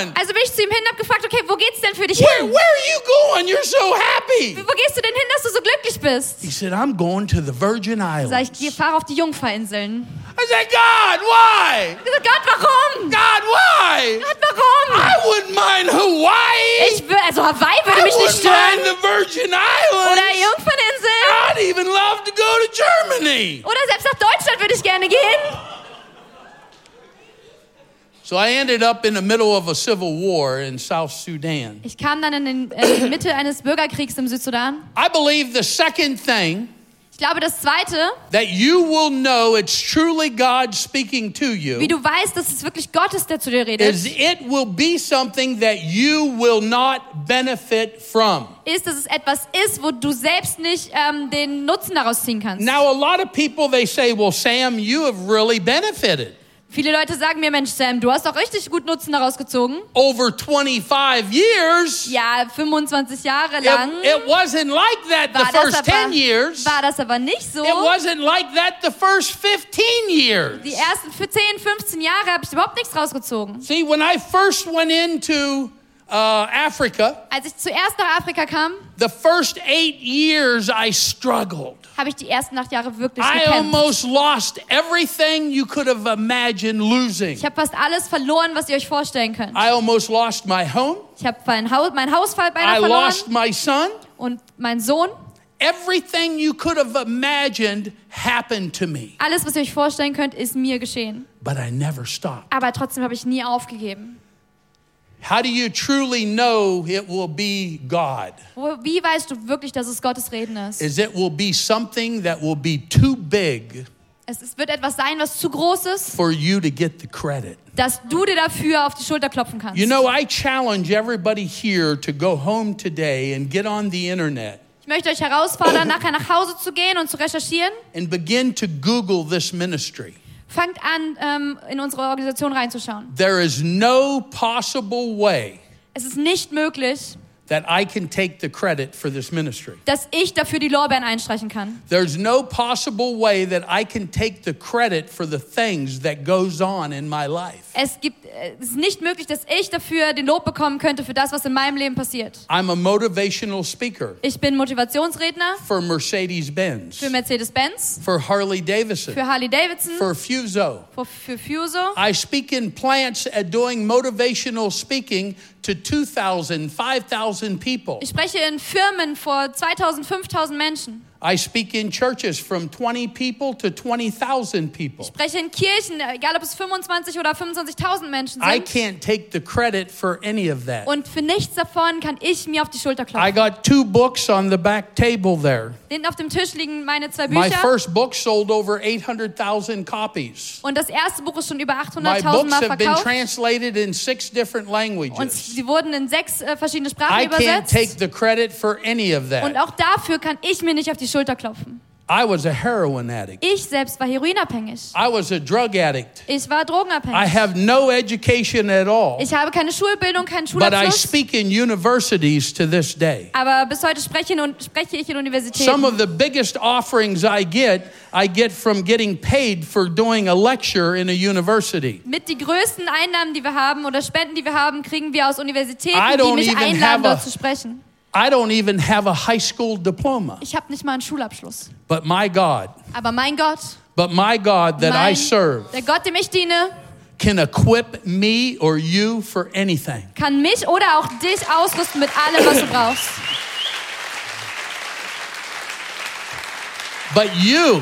S2: going?
S3: Also bin ich zu ihm hin und hab gefragt, okay, wo geht's denn für dich
S2: Where,
S3: hin?
S2: where are you going? You're so happy."
S3: Wo gehst du denn hin, dass du so glücklich bist?
S2: He said, "I'm going to the Virgin
S3: Sag
S2: Islands."
S3: ich, geh, fahr auf die Jungferinseln.
S2: I said, "God, why?
S3: Ich sag, Gott, warum?
S2: God, why?
S3: Gott, warum?
S2: I wouldn't mind Hawaii.
S3: Ich will, also Hawaii
S2: I
S3: würde mich nicht
S2: wouldn't mind
S3: stören.
S2: the Virgin
S3: Oder
S2: Islands.
S3: Jungferninseln.
S2: I'd even love to go to Germany."
S3: Oder selbst nach Deutschland würde ich gerne gehen.
S2: So I ended up in the middle of a civil war in South Sudan.
S3: Ich kam dann in, den, äh, in die Mitte eines Bürgerkriegs im Südsudan.
S2: I believe the second thing
S3: Ich glaube, das Zweite,
S2: that you will know it's truly God speaking to
S3: wie
S2: you
S3: du weißt, dass es wirklich Gott ist, der zu
S2: is
S3: dir redet,
S2: it will be something that you will not benefit from.
S3: ist, dass es etwas ist, wo du selbst nicht ähm, den Nutzen daraus ziehen kannst.
S2: Now, a lot of people they say, "Well, Sam, you have really benefited."
S3: Viele Leute sagen mir, Mensch, Sam, du hast doch richtig gut Nutzen daraus gezogen.
S2: Over 25 years,
S3: Ja, 25 Jahre lang
S2: it, it wasn't like that the
S3: war, das
S2: first
S3: aber,
S2: 10 years.
S3: war das aber nicht so.
S2: It wasn't like that the first 15 years.
S3: Die ersten für 10, 15 Jahre habe ich überhaupt nichts rausgezogen.
S2: See, when I first went into uh, Africa,
S3: Als ich zuerst nach Afrika kam,
S2: the first eight years I struggled.
S3: habe ich die ersten acht Jahre wirklich
S2: I
S3: gekämpft.
S2: almost lost everything you could have imagined losing.
S3: Ich habe fast alles verloren, was ihr euch vorstellen könnt.
S2: I almost lost my home.
S3: Ich habe mein, Haus, mein Hausfall beinahe
S2: I
S3: verloren
S2: lost my son.
S3: und mein Sohn.
S2: Everything you could have imagined happened to me,
S3: Alles, was ihr euch vorstellen könnt, ist mir geschehen.
S2: but I never stopped.
S3: Aber trotzdem habe ich nie aufgegeben.
S2: How do you truly know it will be God?
S3: Wo, wie weißt du wirklich, dass es Gottes Reden ist?
S2: Is it will be something that will be too big
S3: Es ist, wird etwas sein, was zu groß ist,
S2: for you to get the credit.
S3: dass du dir dafür auf die Schulter klopfen kannst.
S2: You know, I challenge everybody here to go home today and get on the internet
S3: ich möchte euch herausfordern, nachher nach Hause zu gehen und zu recherchieren.
S2: and begin to Google this ministry.
S3: Fangt an, ähm, in unsere Organisation reinzuschauen.
S2: There is no possible way
S3: Es ist nicht möglich,
S2: that I can take the credit for this ministry.
S3: dass ich dafür die Lorbeeren einstreichen kann.
S2: There's no possible way that I can take the credit for the things that goes on in my life.
S3: Es, gibt, äh, es ist nicht möglich, dass ich dafür den Lob bekommen könnte für das, was in meinem Leben passiert.
S2: I'm a motivational speaker
S3: Ich bin Motivationsredner
S2: for Mercedes Benz,
S3: für Mercedes-Benz,
S2: for Harley Davidson,
S3: für Harley-Davidson,
S2: for Fuso.
S3: für, für Fuso.
S2: I speak in plants at doing motivational speaking to 2,000, 5,000 people.
S3: Ich spreche in Firmen vor 2000, 5000 Menschen.
S2: I speak in churches from 20 people to 20,000 people.
S3: Ich spreche in Kirchen, egal ob es 25 oder 25.000 Menschen
S2: I
S3: sind.
S2: can't take the credit for any of that.
S3: Und für nichts davon kann ich mir auf die Schulter
S2: I
S3: klopfen.
S2: got two books on the back table there.
S3: Hinten auf dem Tisch liegen meine zwei
S2: My
S3: Bücher.
S2: first book sold over 800,000 copies.
S3: Und das erste Buch ist schon über
S2: My
S3: 800.000
S2: books
S3: Mal
S2: have been
S3: verkauft.
S2: translated in six different
S3: Und
S2: languages.
S3: sie wurden in sechs äh, verschiedene Sprachen
S2: I can't take
S3: übersetzt.
S2: the credit for any of
S3: Und
S2: that.
S3: auch dafür kann ich mir nicht auf die Schulter klopfen.
S2: I was a heroin addict.
S3: Ich selbst war heroinabhängig.
S2: I was a drug addict.
S3: Ich war
S2: I
S3: drogenabhängig.
S2: have no education at all,
S3: Ich habe keine Schulbildung, keinen
S2: but I
S3: Schulabschluss.
S2: speak in universities to this day.
S3: Aber bis heute spreche, in- spreche ich in Universitäten.
S2: Some of the biggest offerings I get, I get from getting paid for doing a lecture in a university.
S3: Mit die größten Einnahmen, die wir haben oder Spenden, die wir haben, kriegen wir aus Universitäten,
S2: I
S3: die
S2: don't
S3: mich
S2: even
S3: einladen,
S2: have a-
S3: dort zu sprechen.
S2: I don't even have a high school diploma,
S3: Ich habe nicht mal einen Schulabschluss.
S2: but my God,
S3: Aber mein Gott,
S2: but my God that I
S3: mein,
S2: serve
S3: der Gott, dem ich diene,
S2: can equip me or you for anything.
S3: kann mich oder auch dich ausrüsten mit allem, was du brauchst.
S2: But you,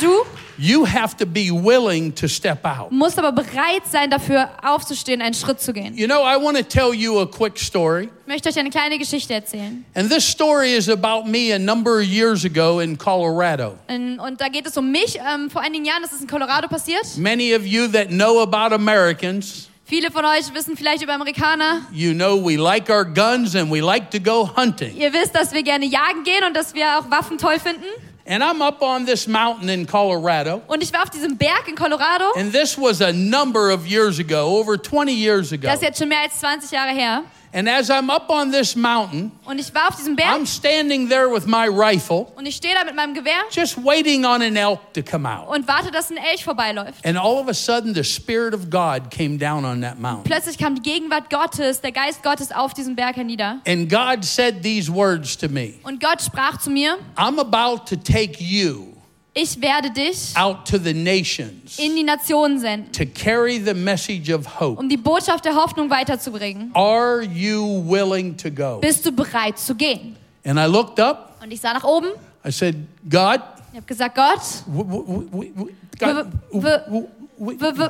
S3: Du
S2: you have to be willing to step out.
S3: musst aber bereit sein, dafür aufzustehen, einen Schritt zu gehen.
S2: You know, I want to tell you a quick story.
S3: Ich möchte euch eine kleine Geschichte erzählen.
S2: And this story is about me a number of years ago in Colorado.
S3: Ähm, Und da geht es um mich. Ähm, vor einigen Jahren, das ist in Colorado passiert.
S2: Many of you that know about Americans,
S3: Viele von euch wissen vielleicht über Amerikaner.
S2: You know, we like our guns and we like to go hunting.
S3: Ihr wisst, dass wir gerne jagen gehen und dass wir auch Waffen toll finden.
S2: And I'm up on this mountain in Colorado.
S3: Und ich war auf diesem Berg in Colorado.
S2: And this was a number of years ago, over 20 years ago.
S3: Das ist jetzt schon mehr als 20 Jahre her.
S2: And as I'm up on this mountain,
S3: Und ich war auf diesem Berg
S2: I'm standing there with my rifle,
S3: und ich stehe da mit meinem Gewehr
S2: just waiting on an elk to come out.
S3: und warte, dass ein Elch vorbeiläuft.
S2: And all of a sudden, the Spirit of God came down on that mountain.
S3: Plötzlich kam die Gegenwart Gottes, der Geist Gottes auf diesen Berg hernieder.
S2: And God said these words to me
S3: Und Gott sprach zu mir,
S2: I'm about to take you
S3: ich werde dich
S2: out to the nations
S3: in die Nationen senden,
S2: to carry the message of hope.
S3: um die Botschaft der Hoffnung weiterzubringen.
S2: Are you willing to go?
S3: Bist du bereit zu gehen?
S2: And I looked up.
S3: Und ich sah nach oben.
S2: I said, God,
S3: Ich habe gesagt, Gott,
S2: w- w- w- w- w-
S3: W-
S2: God w-
S3: w-
S2: w- w-
S3: w- w-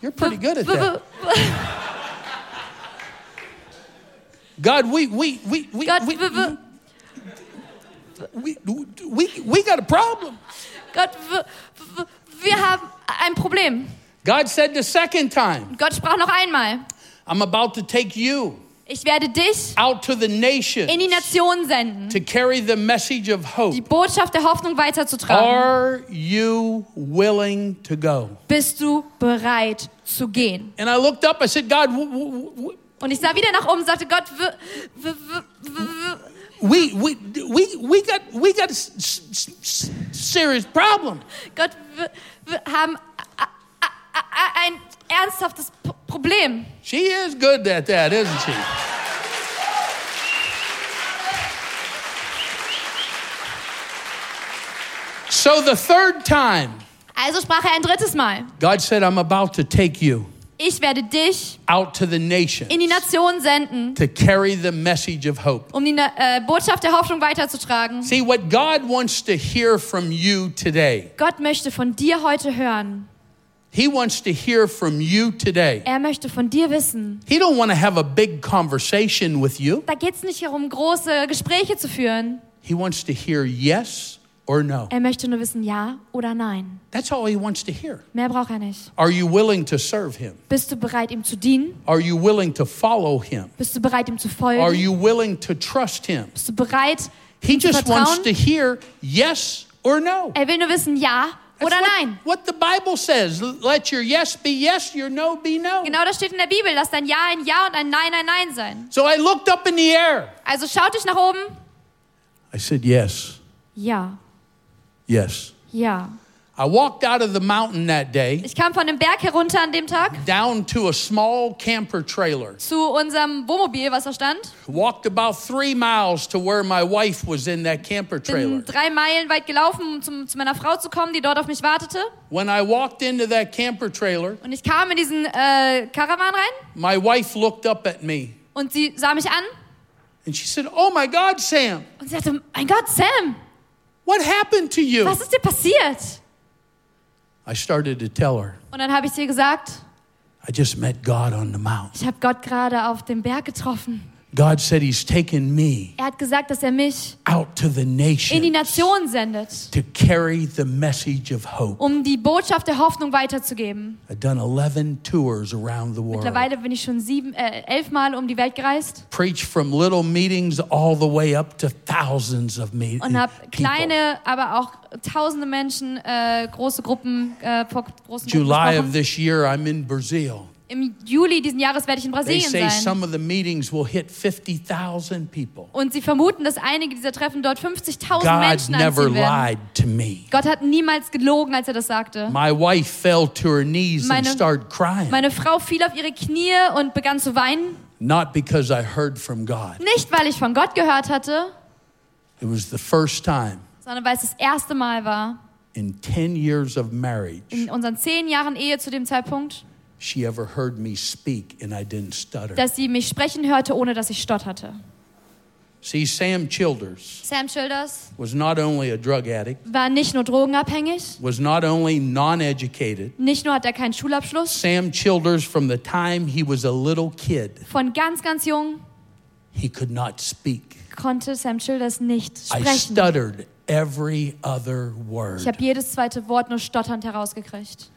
S2: you're pretty good at
S3: w-
S2: that.
S3: w-
S2: God, we we we we
S3: Gott,
S2: we,
S3: w- w-
S2: we, we, we got a problem.
S3: Gott, w- w- wir haben ein Problem.
S2: God said the second time,
S3: Und Gott sprach noch einmal,
S2: I'm about to take you
S3: ich werde dich
S2: out to the
S3: in die
S2: nation
S3: Nationen senden.
S2: to carry the message of
S3: die
S2: hope.
S3: Botschaft der Hoffnung weiterzutragen.
S2: Are you willing to go?
S3: Bist du bereit zu gehen?
S2: And I looked up. I said, God, w- w- w-
S3: Und ich sah wieder nach oben und sagte, Gott, w- w- w- w-
S2: we we we we got we got a s- s- s- serious problem.
S3: Gott, wir, wir haben a- a- a- ein ernsthaftes P- Problem.
S2: She is good at that, isn't she? So the third time,
S3: Also sprach er ein drittes Mal.
S2: God said, I'm about to take you
S3: Ich werde dich
S2: out to the nation
S3: in die Nation senden,
S2: to carry the message of hope.
S3: um die Na- äh, Botschaft der Hoffnung weiterzutragen.
S2: See, what God wants to hear from you today,
S3: Gott möchte von dir heute hören.
S2: He wants to hear from you today.
S3: Er möchte von dir wissen.
S2: He don't want to have a big conversation with you.
S3: Da geht es nicht darum, große Gespräche zu führen.
S2: He wants to hear yes or no.
S3: Er möchte nur wissen, ja oder nein.
S2: That's all He wants to hear.
S3: Mehr braucht er nicht.
S2: Are you willing to serve Him?
S3: Bist du bereit, ihm zu dienen?
S2: Are you willing to follow him?
S3: Bist du bereit, ihm zu folgen?
S2: Are you willing to trust him?
S3: Bist du bereit,
S2: He
S3: ihm zu
S2: just wants to
S3: vertrauen?
S2: hear yes or no.
S3: Er will nur wissen, ja
S2: That's
S3: Oder
S2: what,
S3: nein.
S2: What the Bible says, let your yes be yes, your no be no.
S3: Genau das steht in der Bibel, dass ein Ja ein Ja und ein Nein ein Nein sein.
S2: So I looked up in the air.
S3: Also schaut euch nach oben.
S2: I said, yes,
S3: Ja,
S2: yes.
S3: ja.
S2: I walked out of the mountain that day
S3: Ich kam von dem Berg herunter an dem Tag
S2: down to a small camper trailer.
S3: zu unserem Wohnmobil, was da stand.
S2: Walked about three miles to where my wife was in that camper trailer.
S3: Bin drei Meilen weit gelaufen, um zum, zu meiner Frau zu kommen, die dort auf mich wartete.
S2: When I walked into that camper trailer,
S3: Und ich kam in diesen äh, Karawan rein
S2: my wife looked up at me
S3: und sie sah mich an
S2: and she said, Oh my God, Sam,
S3: und sie sagte, mein Gott, Sam,
S2: what happened to you?
S3: was ist dir passiert?
S2: I started to tell her,
S3: Und dann habe ich ihr gesagt,
S2: I just met God on the mountain.
S3: ich habe Gott gerade auf dem Berg getroffen.
S2: God said He's taken me
S3: Er hat gesagt, dass er mich
S2: out to the
S3: in die
S2: nation
S3: Nation sendet,
S2: to carry the message of hope.
S3: um die Botschaft der Hoffnung weiterzugeben.
S2: I've done 11 tours around the world.
S3: Mittlerweile bin ich schon sieben, äh, elfmal um die Welt gereist
S2: Preached from little meetings all the way up to thousands of me-
S3: und habe
S2: people.
S3: kleine, aber auch tausende Menschen, äh, große Gruppen, äh, vor großen Gruppen
S2: July of
S3: gesprochen.
S2: this year, I'm in Brazil.
S3: Im Juli diesen Jahres werde ich in
S2: They
S3: Brasilien
S2: say
S3: sein.
S2: some of the meetings will hit 50,000 people.
S3: Und sie vermuten, dass einige dieser Treffen dort 50.000
S2: God
S3: Menschen
S2: never
S3: anziehen werden.
S2: lied to me.
S3: Gott hat niemals gelogen, als er das sagte.
S2: My wife fell to her knees and
S3: Meine-
S2: started crying.
S3: Meine Frau fiel auf ihre Knie und begann zu weinen.
S2: Not because I heard from God.
S3: Nicht, weil ich von Gott gehört hatte,
S2: It was the first time
S3: sondern weil es das erste Mal war,
S2: in 10 years of marriage
S3: in unseren zehn Jahren Ehe zu dem Zeitpunkt,
S2: she ever heard me speak and I didn't stutter.
S3: dass sie mich sprechen hörte, ohne dass ich stotterte.
S2: See, Sam Childers
S3: Sam Childers
S2: was not only a drug addict,
S3: war nicht nur drogenabhängig,
S2: was not only non educated.
S3: nicht nur hat er keinen Schulabschluss,
S2: Sam Childers, from the time he was a little kid,
S3: von ganz, ganz jung
S2: he could not speak.
S3: konnte Sam Childers nicht
S2: I
S3: sprechen.
S2: stuttered every other
S3: Ich habe
S2: word.
S3: jedes zweite Wort nur stotternd herausgekriegt.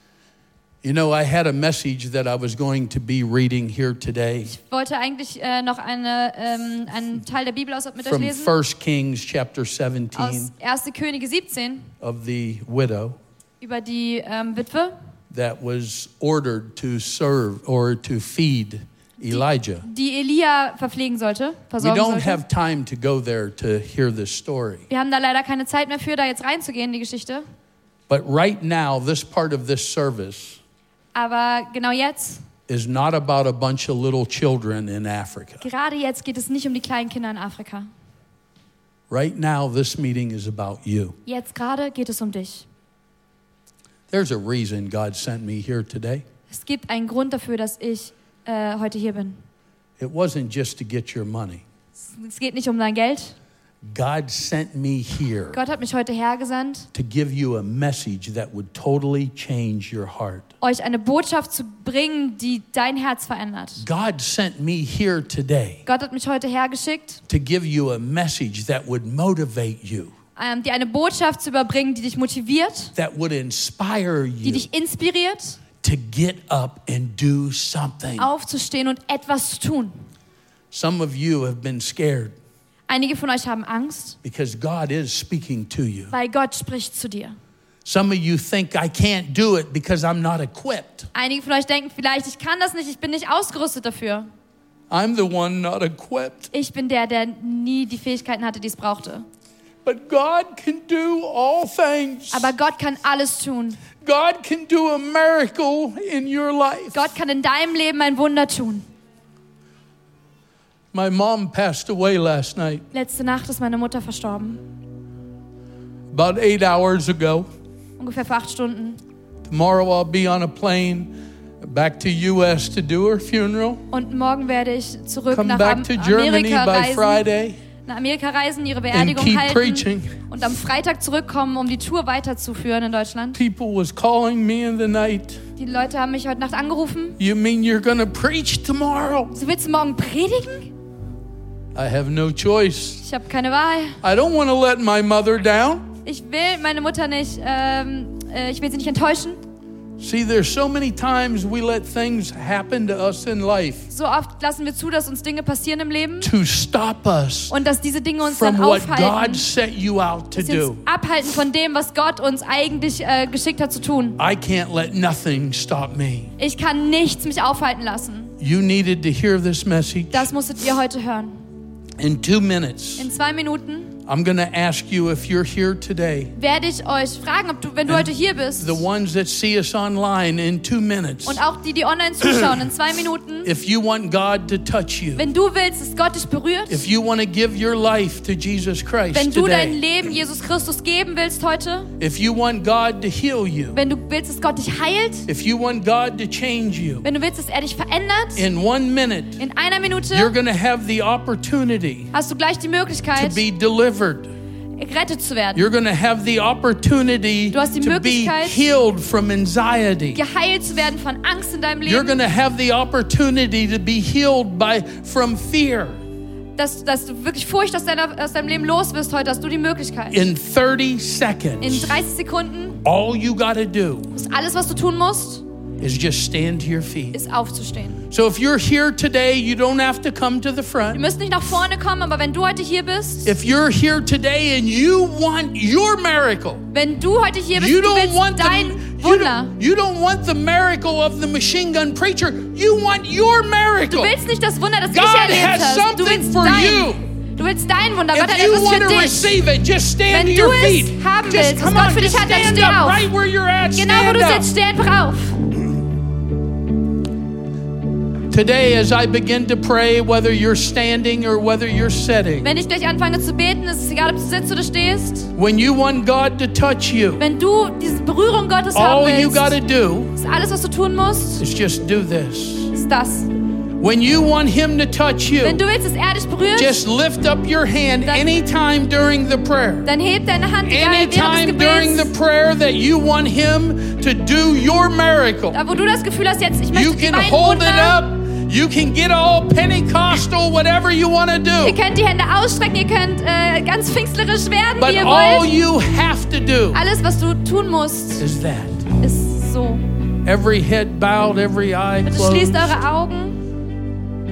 S2: You know, I had a message that I was going to be reading here today
S3: Ich wollte eigentlich äh, noch eine, ähm, einen Teil der Bibel aus, mit euch
S2: from
S3: lesen.
S2: 1 Kings chapter
S3: Aus
S2: 17
S3: 1. Könige 17
S2: of the widow
S3: über die ähm, Witwe,
S2: that was ordered to serve or to feed Elijah.
S3: die Elia verpflegen sollte,
S2: We
S3: versorgen
S2: don't
S3: sollte.
S2: have time to go there to hear this story.
S3: Wir haben da leider keine Zeit mehr für, da jetzt reinzugehen in die Geschichte.
S2: But right now, this part of this service
S3: Aber genau jetzt,
S2: is not about a bunch of little children in Africa.
S3: gerade jetzt geht es nicht um die kleinen Kinder in Afrika.
S2: Right now, this meeting is about you.
S3: Jetzt gerade geht es um dich.
S2: There's a reason God sent me here today.
S3: Es gibt einen Grund dafür, dass ich äh, heute hier bin.
S2: It wasn't just to get your money.
S3: Es geht nicht um dein Geld.
S2: God sent me here
S3: Gott hat mich heute hergesandt,
S2: to give you a message that would totally change your heart.
S3: euch eine Botschaft zu bringen, die dein Herz verändert.
S2: God sent me here today
S3: Gott hat mich heute hergeschickt,
S2: to give you a message that would motivate you,
S3: ähm, dir eine Botschaft zu überbringen, die dich motiviert,
S2: that would inspire
S3: die
S2: you
S3: dich inspiriert,
S2: to get up and do something.
S3: aufzustehen und etwas zu tun.
S2: Some of you have been scared
S3: Einige von euch haben Angst,
S2: because God is speaking to you.
S3: weil Gott spricht zu dir.
S2: Some of you think, I can't do it because I'm not equipped.
S3: Einige von euch denken vielleicht, ich kann das nicht, ich bin nicht ausgerüstet dafür.
S2: I'm the one not equipped.
S3: Ich bin der, der nie die Fähigkeiten hatte, die es brauchte.
S2: But God can do all things.
S3: Aber Gott kann alles tun.
S2: God can do a miracle in your life.
S3: Gott kann in deinem Leben ein Wunder tun.
S2: My mom passed away last night,
S3: Letzte Nacht ist meine Mutter verstorben.
S2: about eight hours ago.
S3: Ungefähr vor acht Stunden.
S2: Tomorrow I'll be on a plane back to U.S. to do her funeral.
S3: Und morgen werde ich zurück
S2: Come
S3: nach
S2: back
S3: Am
S2: to Germany
S3: Amerika
S2: by
S3: reisen.
S2: Friday.
S3: Nach Amerika reisen, ihre Beerdigung
S2: keep
S3: halten.
S2: preaching.
S3: Und am Freitag zurückkommen, um die Tour weiterzuführen in Deutschland.
S2: People was calling me in the night.
S3: Die Leute haben mich heute Nacht angerufen.
S2: You mean you're going to preach tomorrow?
S3: So willst du morgen predigen?
S2: I have no choice.
S3: Ich habe keine Wahl.
S2: I don't want to let my mother down.
S3: Ich will meine Mutter nicht, ähm, äh, ich will sie nicht enttäuschen.
S2: See, there's so many times we let things happen to us in life
S3: So oft lassen wir zu, dass uns Dinge passieren im Leben
S2: to stop us
S3: und dass diese Dinge uns
S2: from
S3: dann
S2: what God
S3: aufhalten.
S2: set you out to
S3: Sie
S2: do.
S3: uns abhalten von dem, was Gott uns eigentlich äh, geschickt hat zu tun.
S2: I can't let nothing stop me.
S3: Ich kann nichts mich aufhalten lassen.
S2: You needed to hear this message.
S3: Das musstet ihr heute hören.
S2: In two minutes,
S3: In zwei Minuten
S2: I'm going to ask you if you're here today.
S3: werde ich euch fragen, ob du, wenn du heute hier bist
S2: The
S3: und
S2: ones that see us online in two minutes,
S3: auch die, die online zuschauen, in zwei Minuten,
S2: if you want God to touch you,
S3: wenn du willst, dass Gott dich berührt,
S2: if you want to give your life to Jesus Christ
S3: wenn du dein
S2: today,
S3: Leben Jesus Christus geben willst heute,
S2: if you want God to heal you,
S3: wenn du willst, dass Gott dich heilt,
S2: if you want God to change you,
S3: wenn du willst, dass er dich verändert,
S2: in one minute,
S3: in einer Minute
S2: you're going to have the opportunity
S3: hast du gleich die
S2: to
S3: Möglichkeit,
S2: be delivered.
S3: gerettet zu werden,
S2: You're going to have the opportunity
S3: Du hast die
S2: to be
S3: Möglichkeit,
S2: healed from anxiety.
S3: geheilt zu werden von Angst in deinem
S2: You're going
S3: Leben,
S2: to have the opportunity to be healed by from fear
S3: dass, dass du wirklich Furcht aus, deiner, aus deinem Leben los wirst heute, hast du die Möglichkeit.
S2: in 30
S3: In
S2: seconds.
S3: 30 Sekunden
S2: All you got to do
S3: ist alles, was du tun musst,
S2: is just stand to your feet.
S3: ist aufzustehen.
S2: So if you're here today, you don't have to come to the
S3: Du
S2: front.
S3: müsst nicht nach vorne kommen, aber wenn du heute hier bist,
S2: If you're here today and you want your miracle,
S3: wenn du heute hier bist,
S2: you
S3: du
S2: don't want the
S3: willst dein
S2: you
S3: Wunder.
S2: don't, you don't want the miracle of the machine gun preacher. You want your
S3: Du
S2: miracle.
S3: willst nicht das Wunder, das
S2: God
S3: ich erlebt
S2: has
S3: habe. Du
S2: something
S3: willst
S2: for
S3: dein, du willst dein Wunder. Gott hat
S2: If you
S3: etwas
S2: want to
S3: für dich.
S2: receive it, just stand
S3: Wenn
S2: to your
S3: du es
S2: feet.
S3: haben
S2: just
S3: willst, was
S2: come
S3: Gott
S2: on,
S3: für dich
S2: just
S3: hat, dann
S2: stand
S3: steh
S2: up
S3: auf.
S2: right where you're at.
S3: Genau, wo
S2: stand
S3: du
S2: up.
S3: sitzt, steh einfach auf.
S2: Today, as I begin to pray, whether you're standing or whether you're sitting,
S3: Wenn ich gleich anfange zu beten, ist es egal, ob du sitzt oder stehst.
S2: when you want God to touch you,
S3: Wenn du diese Berührung Gottes haben
S2: all you got
S3: willst,
S2: to do
S3: ist alles, was du tun musst,
S2: is just do this.
S3: ist das.
S2: When you want Him to touch you,
S3: Wenn du willst, dass er dich berührt,
S2: just lift up your hand
S3: Dann-
S2: anytime during the prayer.
S3: dann heb deine Hand, egal
S2: Anytime
S3: während
S2: during
S3: des
S2: the
S3: Gebets.
S2: prayer that you want Him to do your miracle.
S3: Da, wo du das Gefühl hast, jetzt, ich
S2: You
S3: möchte
S2: can
S3: mein
S2: hold it up.
S3: Wunder.
S2: You can get all Pentecostal, whatever you want to do.
S3: Ihr könnt die Hände ausstrecken, ihr könnt äh, ganz pfingstlerisch werden,
S2: But
S3: wie ihr
S2: all
S3: wollt.
S2: you have to do
S3: Alles, was du tun musst,
S2: is that.
S3: ist so.
S2: Every head bowed, every eye
S3: Bitte
S2: closed.
S3: schließt eure Augen.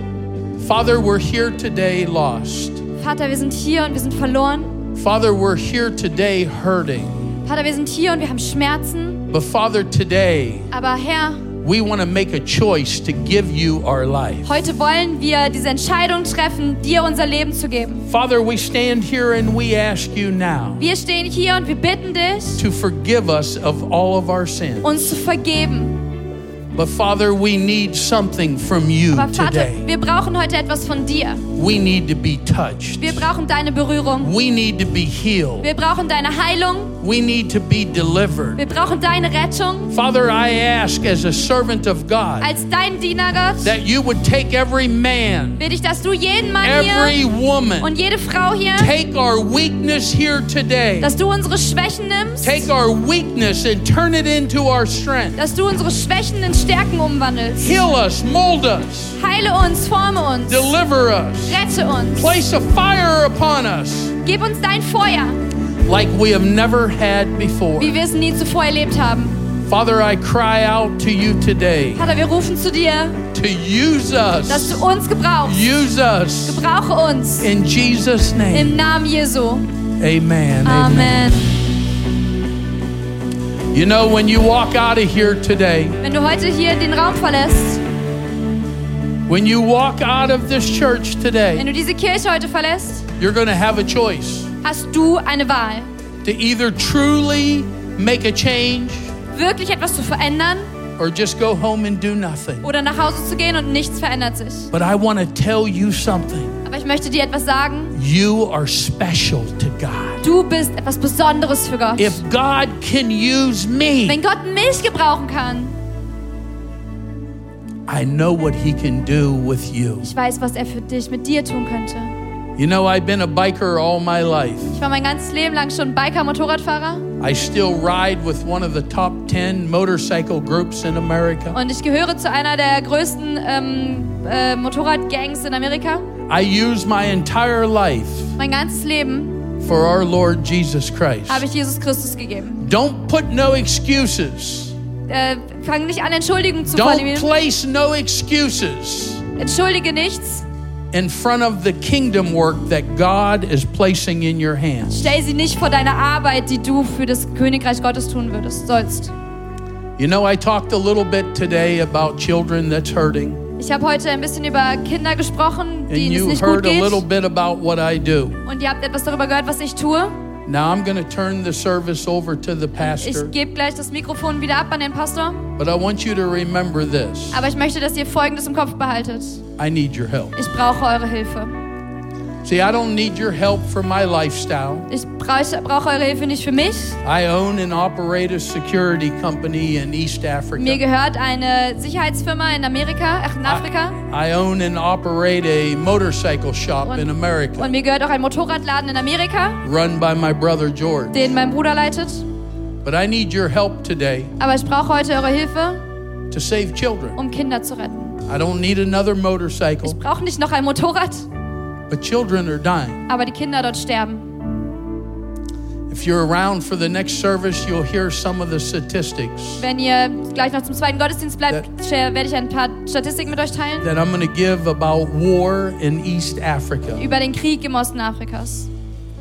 S2: Father, we're here today lost.
S3: Vater, wir sind hier und wir sind verloren.
S2: Father, we're here today hurting.
S3: Vater, wir sind hier und wir haben Schmerzen.
S2: But Father, today
S3: Aber Herr,
S2: we want to make a choice to give you our life.
S3: heute wollen wir diese Entscheidung treffen, dir unser Leben zu geben.
S2: Father, we stand here and we ask you now
S3: Wir stehen hier und wir bitten dich,
S2: to forgive us of all of our sins.
S3: uns zu vergeben.
S2: But Father, we need something from you
S3: Aber Vater,
S2: today.
S3: wir brauchen heute etwas von dir.
S2: We need to be touched.
S3: Wir brauchen deine Berührung.
S2: We need to be healed.
S3: Wir brauchen deine Heilung.
S2: We need to be delivered.
S3: Wir brauchen deine Rettung.
S2: Father, I ask as a servant of God
S3: Als dein Diener, Gott,
S2: that you would take every man,
S3: bitte ich, dass du jeden Mann
S2: every
S3: hier
S2: woman,
S3: und jede Frau hier,
S2: take our weakness here today.
S3: dass du unsere Schwächen nimmst.
S2: Take our weakness and turn it into our strength.
S3: dass du unsere Schwächen in Stärken umwandelst.
S2: Heal us, mold us,
S3: Heile uns, forme uns,
S2: deliver us,
S3: rette uns.
S2: place a fire upon us
S3: Gib uns dein Feuer,
S2: like we have never had before.
S3: wie wir es nie zuvor erlebt haben.
S2: Father, I cry out to you today
S3: Vater, wir rufen zu dir,
S2: to use
S3: dass
S2: us.
S3: du uns gebrauchst.
S2: Use us.
S3: Gebrauche uns
S2: In Jesus' name.
S3: im Namen Jesu.
S2: Amen.
S3: Amen.
S2: You know, when you walk out of here today,
S3: Wenn du heute hier den Raum verlässt,
S2: when you walk out of this church
S3: wenn
S2: today,
S3: du diese Kirche heute verlässt,
S2: you're going to have a choice
S3: hast du eine Wahl,
S2: to either truly make a change
S3: wirklich etwas zu verändern
S2: or just go home and do nothing.
S3: oder nach Hause zu gehen und nichts verändert sich.
S2: But I want to tell you something.
S3: Aber ich möchte dir etwas sagen.
S2: You are special to God.
S3: Du bist etwas Besonderes für Gott.
S2: If God can use me,
S3: Wenn Gott mich gebrauchen kann,
S2: I know what He can do with you.
S3: Ich weiß, was er für dich, mit dir tun könnte.
S2: You know, I've been a biker all my life.
S3: Ich war mein ganzes Leben lang schon Biker, Motorradfahrer
S2: I still ride with one of the top 10 motorcycle groups in America.
S3: und ich gehöre zu einer der größten ähm, äh, Motorradgangs in Amerika.
S2: I use my entire life
S3: Mein ganzes Leben
S2: for our Lord Jesus
S3: habe
S2: Christ.
S3: ich Jesus Christus gegeben.
S2: Don't put no excuses
S3: äh, fang nicht an, Entschuldigungen zu
S2: Don't
S3: formulieren.
S2: place no excuses
S3: Entschuldige nichts.
S2: in front of the kingdom work that God is placing in your hands.
S3: Stell sie nicht vor deine Arbeit, die du für das Königreich Gottes tun würdest, sollst.
S2: You know, I talked a little bit today about children that's hurting,
S3: Ich habe heute ein bisschen über Kinder gesprochen,
S2: and
S3: denen es
S2: you
S3: nicht gut
S2: heard a
S3: geht.
S2: little bit about what I do.
S3: Und ihr habt etwas darüber gehört, was ich tue.
S2: Now I'm going to turn the service over to the pastor,
S3: Ich gebe gleich das Mikrofon wieder ab an den Pastor.
S2: but I want you to remember this
S3: Aber ich möchte, dass ihr Folgendes im Kopf behaltet.
S2: I need your help.
S3: Ich brauche eure Hilfe.
S2: See, I don't need your help for my lifestyle.
S3: Ich brauche, brauche eure Hilfe nicht für mich.
S2: I own and operate a security company in East
S3: Mir
S2: Africa.
S3: gehört eine Sicherheitsfirma in Amerika, ach, in
S2: Ah.
S3: Afrika.
S2: I own and operate a motorcycle shop in America
S3: Und mir gehört auch ein Motorradladen in Amerika,
S2: run by my brother George.
S3: den mein Bruder leitet.
S2: But I need your help today
S3: Aber ich brauche heute eure Hilfe,
S2: to save children.
S3: um Kinder zu retten.
S2: I don't need another motorcycle,
S3: Ich brauche nicht noch ein Motorrad,
S2: but children are dying.
S3: aber die Kinder dort sterben.
S2: If you're around for the next service, you'll hear some of the statistics
S3: Wenn ihr gleich noch zum zweiten Gottesdienst bleibt, werde ich ein paar Statistiken mit euch teilen
S2: that I'm going to give about war in East Africa.
S3: über den Krieg im Osten Afrikas.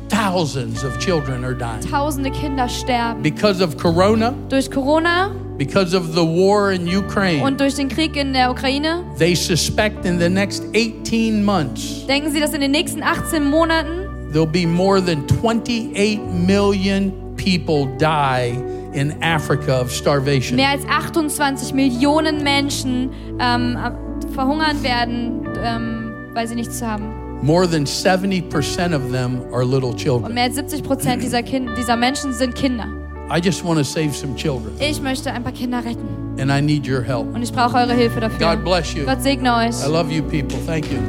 S2: Thousands of children are dying
S3: Tausende Kinder sterben.
S2: because of corona,
S3: Durch Corona
S2: because of the war in Ukraine.
S3: und durch den Krieg in der Ukraine
S2: They suspect in the next 18 months
S3: denken sie, dass in den nächsten 18 Monaten
S2: there'll be more than 28 million people die in Africa of starvation.
S3: mehr als 28 Millionen Menschen ähm, verhungern werden, ähm, weil sie nichts zu haben.
S2: More than 70% of them are little
S3: Und
S2: children.
S3: mehr als 70 Prozent dieser, kind dieser Menschen sind Kinder.
S2: I just want to save some children,
S3: Ich möchte ein paar Kinder retten
S2: and I need your help.
S3: und ich brauche eure Hilfe dafür.
S2: God bless you.
S3: Gott segne euch.
S2: I love you people. Thank you.